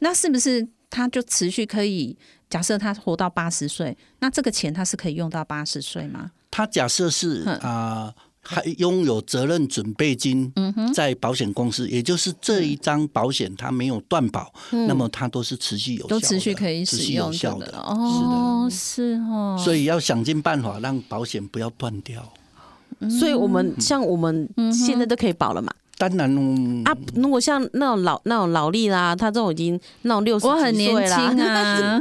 Speaker 1: 那是不是他就持续可以？假设他活到八十岁，那这个钱他是可以用到八十岁吗？
Speaker 3: 它假设是
Speaker 1: 嗯
Speaker 3: 啊。还拥有责任准备金，
Speaker 1: 嗯
Speaker 3: 在保险公司，也就是这一张保险它没有断保，那么它都是持续有效
Speaker 1: 嗯
Speaker 3: 的，
Speaker 1: 都持续可以
Speaker 3: 持
Speaker 1: 使
Speaker 3: 续
Speaker 1: 用
Speaker 3: 有
Speaker 1: 这
Speaker 3: 效
Speaker 1: 个
Speaker 3: 的，嗯
Speaker 1: 哦，是哦，
Speaker 3: 所以要想尽办法让保险不要断掉。
Speaker 2: 嗯所以我
Speaker 1: 嗯
Speaker 2: 们像我们现在都可以保了嘛？
Speaker 3: 当然，嗯
Speaker 2: 啊，如果像那种老那种劳力啦，他这种已经那种六十
Speaker 1: 我很年 轻 啊，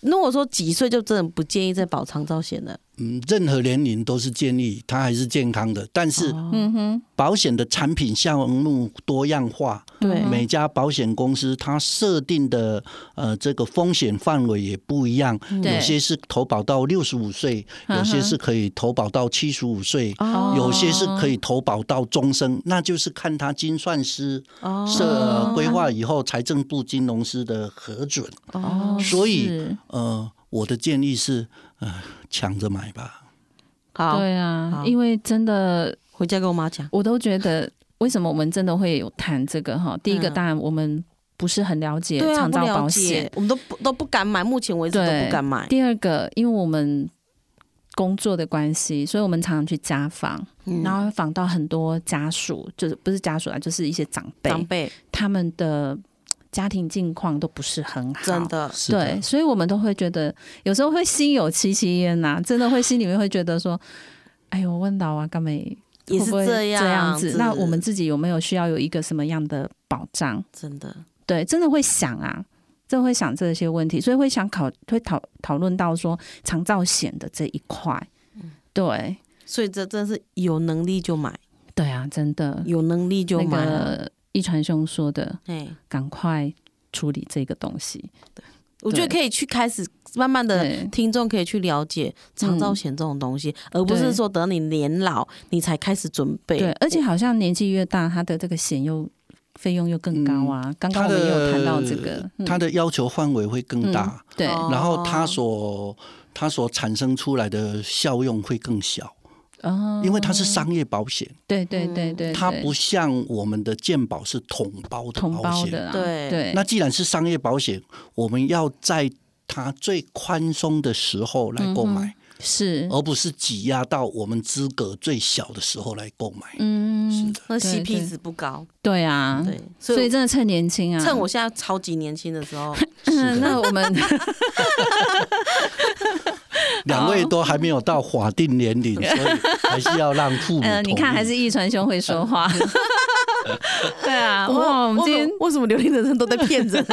Speaker 2: 如果说几岁就真的不建议再保长照险了。
Speaker 3: 嗯，任何年龄都是建议它还是健康的，但是
Speaker 1: 嗯
Speaker 2: 哦
Speaker 1: 哼，
Speaker 3: 保险的产品项目多样化，
Speaker 2: 对，
Speaker 3: 每家保险公司它设定的呃这个风险范围也不一样，
Speaker 1: 对
Speaker 3: 有些是投保到六十五岁，有些是可以投保到七十五岁。
Speaker 2: 嗯哦
Speaker 3: 有些是可以投保到终身，那就是看他精算师
Speaker 2: 哦
Speaker 3: 设规划以后，财政部金融师的核准。
Speaker 2: 哦，
Speaker 3: 所以
Speaker 1: 是
Speaker 3: 呃，我的建议是，呃，抢着买吧。
Speaker 2: 好，
Speaker 1: 对啊，
Speaker 2: 好
Speaker 1: 因为真的
Speaker 2: 回家跟我妈讲。
Speaker 1: 我都觉得，为什么我们真的会有谈这个哈？第一个，
Speaker 2: 嗯
Speaker 1: 当然我们不是很了解
Speaker 2: 对啊，
Speaker 1: 长
Speaker 2: 不
Speaker 1: 照
Speaker 2: 了
Speaker 1: 保
Speaker 2: 解
Speaker 1: 险，
Speaker 2: 我们都不都不敢买，目前为止都
Speaker 1: 对
Speaker 2: 不敢买。
Speaker 1: 第二个，因为我们工作的关系，所以我们常常去家访，
Speaker 2: 嗯
Speaker 1: 然后访到很多家属，就是不是家属啊，就是一些长辈，
Speaker 2: 长辈
Speaker 1: 他们的嘖家庭境况都不是很好，
Speaker 2: 真的
Speaker 3: 是的
Speaker 1: 对，所以我们都会觉得有时候会心有戚戚焉呐、啊真的会心里面会觉得说，哎呦，问到啊，干嘛
Speaker 2: 也
Speaker 1: 会
Speaker 2: 是
Speaker 1: 不会这
Speaker 2: 样
Speaker 1: 样子？那我们
Speaker 2: 子
Speaker 1: 自己有没有需要有一个什么样的保障？
Speaker 2: 真的
Speaker 1: 对，真的会想啊，真的会想这些问题，所以会想考，会讨讨论到说长照险的这一块。对，
Speaker 2: 所以这真是有能力就买，
Speaker 1: 对啊，真的，
Speaker 2: 有能力就
Speaker 1: 那
Speaker 2: 买了。
Speaker 1: 个一传兄说的，
Speaker 2: 哎、
Speaker 1: 赶快处理这个东西。
Speaker 2: 我觉得可以去开始慢慢的
Speaker 1: 对
Speaker 2: 听众可以去了解长照险这种东西，而不是说等你年老你才开始准备。
Speaker 1: 嗯对，而且好像年纪越大，他的这个险又费用又更高啊。刚刚我
Speaker 3: 他
Speaker 1: 们也有
Speaker 3: 的
Speaker 1: 谈到这个，嗯
Speaker 3: 他的要求范围会更大，
Speaker 1: 对，
Speaker 2: 哦
Speaker 3: 然后它所
Speaker 1: 哦
Speaker 3: 它所产生出来的效用会更小，
Speaker 1: 哦，
Speaker 3: 因为它是商业保险，
Speaker 1: 对对对对，
Speaker 3: 嗯它
Speaker 1: 对
Speaker 3: 不像我们的健保是统包的
Speaker 1: 同
Speaker 3: 保
Speaker 1: 胞
Speaker 3: 险。
Speaker 1: 的啊，
Speaker 2: 对
Speaker 1: 对，
Speaker 3: 那既然是商业保险，我们要在它最宽松的时候来购买，
Speaker 1: 嗯是
Speaker 3: 而不是挤压到我们资格最小的时候来购买。
Speaker 1: 嗯，
Speaker 2: 那
Speaker 1: 对
Speaker 2: CP
Speaker 1: 对
Speaker 2: 值不高，
Speaker 1: 对啊，
Speaker 2: 对，所
Speaker 1: 所以
Speaker 2: 以
Speaker 1: 真的趁年轻啊，
Speaker 2: 趁 我现在超级年轻的时候，
Speaker 1: 嗯那我们
Speaker 3: 两位都还没有到法定年 龄，所以还是要让父母同意。
Speaker 1: 呃，你看还是易传兄会说 话。对啊，哇，我们今天
Speaker 2: 为什么刘林的人都在骗人？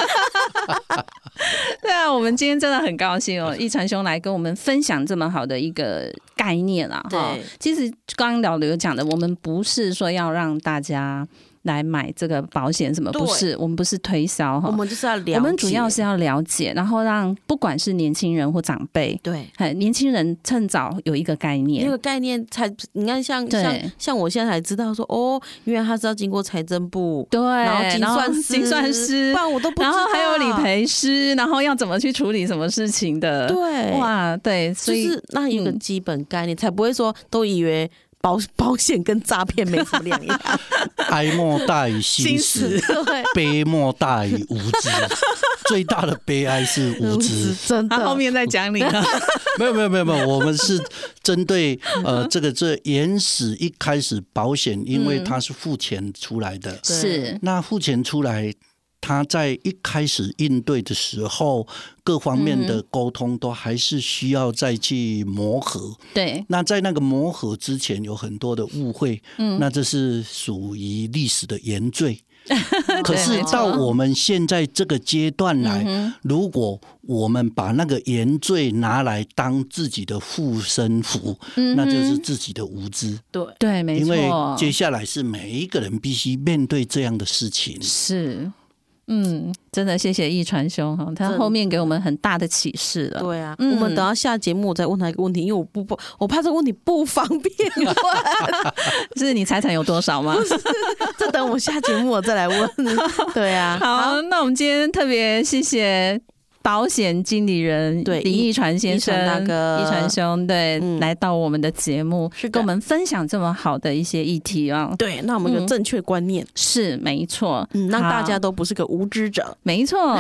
Speaker 1: 对啊，我们今天真的很高兴哦，易传兄来跟我们分享这么好的一个概念啊。哈
Speaker 2: 对，
Speaker 1: 其实刚刚老刘讲的，我们不是说要让大家来买这个保险什么，
Speaker 2: 对
Speaker 1: 不是，我们不是推销哈，
Speaker 2: 我们就是要了解，
Speaker 1: 我们主要是要了解，然后让不管是年轻人或长辈，
Speaker 2: 对。
Speaker 1: 哎，年轻人趁早有一个概
Speaker 2: 那
Speaker 1: 念
Speaker 2: 个，概念才，你看像
Speaker 1: 对
Speaker 2: 像像我现在才知道说哦，原来他是要经过财政部，
Speaker 1: 对，
Speaker 2: 然后精
Speaker 1: 然后
Speaker 2: 算师，
Speaker 1: 精算师
Speaker 2: 不，然我都不知
Speaker 1: 然
Speaker 2: 道。啊
Speaker 1: 后还有理，赔师，然后要怎么去处理什么事情的，
Speaker 2: 对，
Speaker 1: 哇，对，所
Speaker 2: 就
Speaker 1: 以、
Speaker 2: 是那一个
Speaker 1: 嗯
Speaker 2: 基本概念，才不会说都以为保 保险跟诈骗没什么两 样。
Speaker 3: 哀莫大于心死，
Speaker 2: 对，
Speaker 3: 悲莫大于无知。 最大的悲哀是无知。
Speaker 2: 真
Speaker 1: 他
Speaker 2: 的。
Speaker 1: 后面再讲你 啊，
Speaker 3: 没有没有没有没有，我们是针对呃这个这原始一开始保险，因为它是付钱出来的，
Speaker 2: 对
Speaker 1: 是
Speaker 3: 那付钱出来，他在一开始应对的时候，各方面的沟通都还是需要再去磨合。
Speaker 1: 对，
Speaker 3: 那在那个磨合之前，有很多的误会，嗯，那这是属于历史的 原罪。可是到我们现在这个阶段
Speaker 1: 嗯
Speaker 3: 来，如果我们把那个原罪拿来当自己的护身符，那就是自己的无知。
Speaker 1: 对，嗯没
Speaker 3: 因为
Speaker 1: 错，
Speaker 3: 接下来是每一个人必须面对这样的事情。
Speaker 1: 是。嗯，真的谢谢易传兄哈，他后面给我们很大的启示了。
Speaker 2: 对啊，
Speaker 1: 嗯
Speaker 2: 我们等到下节目我再问他一个问题，因为我不不，我怕这个问题不方便 问，
Speaker 1: 是你财产有多少吗？
Speaker 2: 这等我下节目我再来 问。对啊，
Speaker 1: 好，那我们今天特别谢谢保险经理人
Speaker 2: 对
Speaker 1: 林
Speaker 2: 一
Speaker 1: 奕传先生、
Speaker 2: 一传大哥
Speaker 1: 一传兄，对，
Speaker 2: 嗯
Speaker 1: 来到我们的节目，
Speaker 2: 是的
Speaker 1: 跟我们分享这么好的一些议题啊。
Speaker 2: 对，那我们有
Speaker 1: 嗯
Speaker 2: 正确观念，
Speaker 1: 是没错，
Speaker 2: 嗯，让大家
Speaker 1: 好
Speaker 2: 都不是个无知者。
Speaker 1: 没错。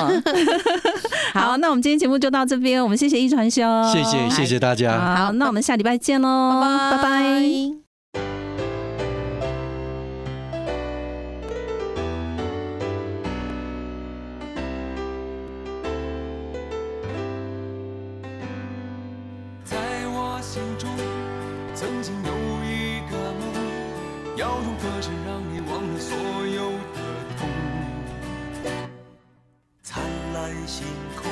Speaker 1: 好，那我们今天节目就到这边，我们谢谢一传兄，
Speaker 3: 谢谢，谢谢大家。
Speaker 1: 好，那我们下礼拜见喽，哦拜拜。
Speaker 4: 在我心中，曾经有一个梦，要用歌声让你忘了所有的痛。灿烂星空，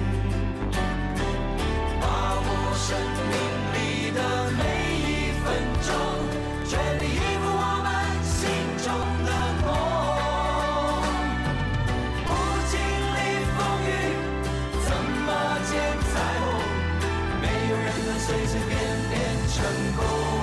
Speaker 4: 把握生命里的每一分钟，全力以赴我们心中的梦。不经历风雨，怎么见彩虹？没有人能随随便便成功。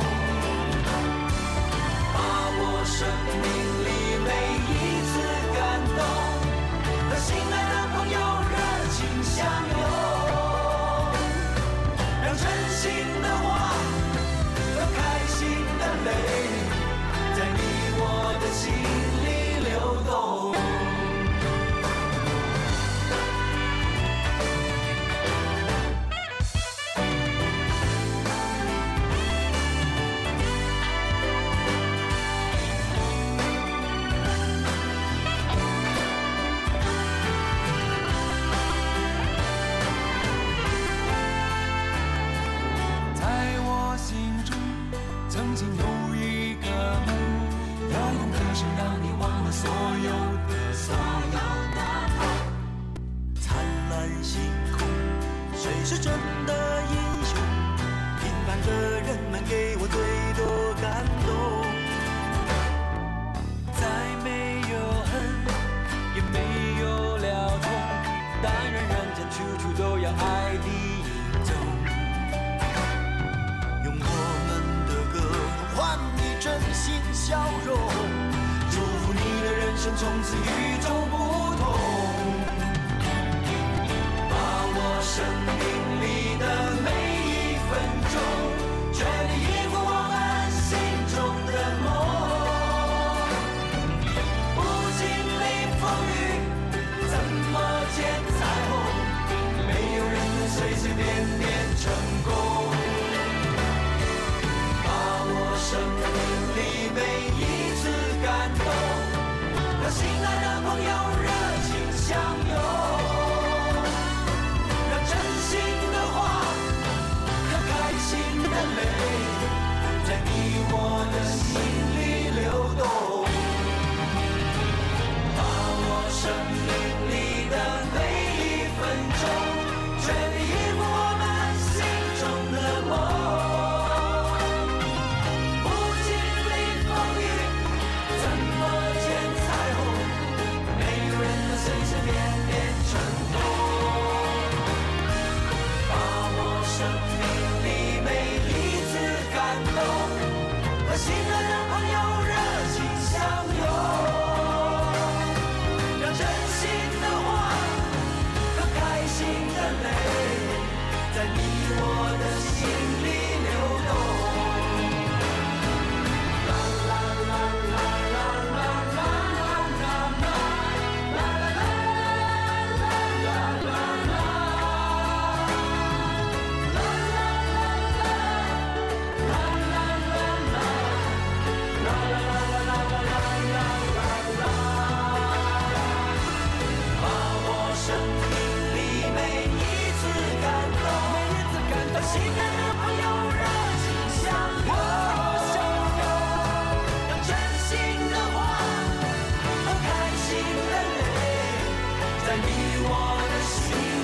Speaker 4: 曾经有一个梦，要用歌声让你忘了所有的所有的痛。灿烂星空，谁是真的英雄？平凡的人们给我最多感动。再没有恨，也没有了痛，但愿人间处处都有爱的影踪。用我们的歌换你真心笑容，祝福你的人生从此与众不同。把握生命里的每一分钟，全力以赴我们心中的梦。不经历风雨，怎么见彩虹？没有人能随随便便成功。把握生命里每一次感动，和心爱的朋友热情相拥，让真心的话和开心的泪，在你我的心里流动。把握生命里的每一分钟，全力以赴我们心中的梦。不经历风雨，怎么见彩虹？没有人能随随便便成功。把握生命里每一次感动，和心爱的朋友热情相拥，让真心的话和开心的泪，在你我的心里流动。生命里每一次感动，每一次感动，心爱的朋友热情相拥，让真心的话和开心的泪，在你我的心。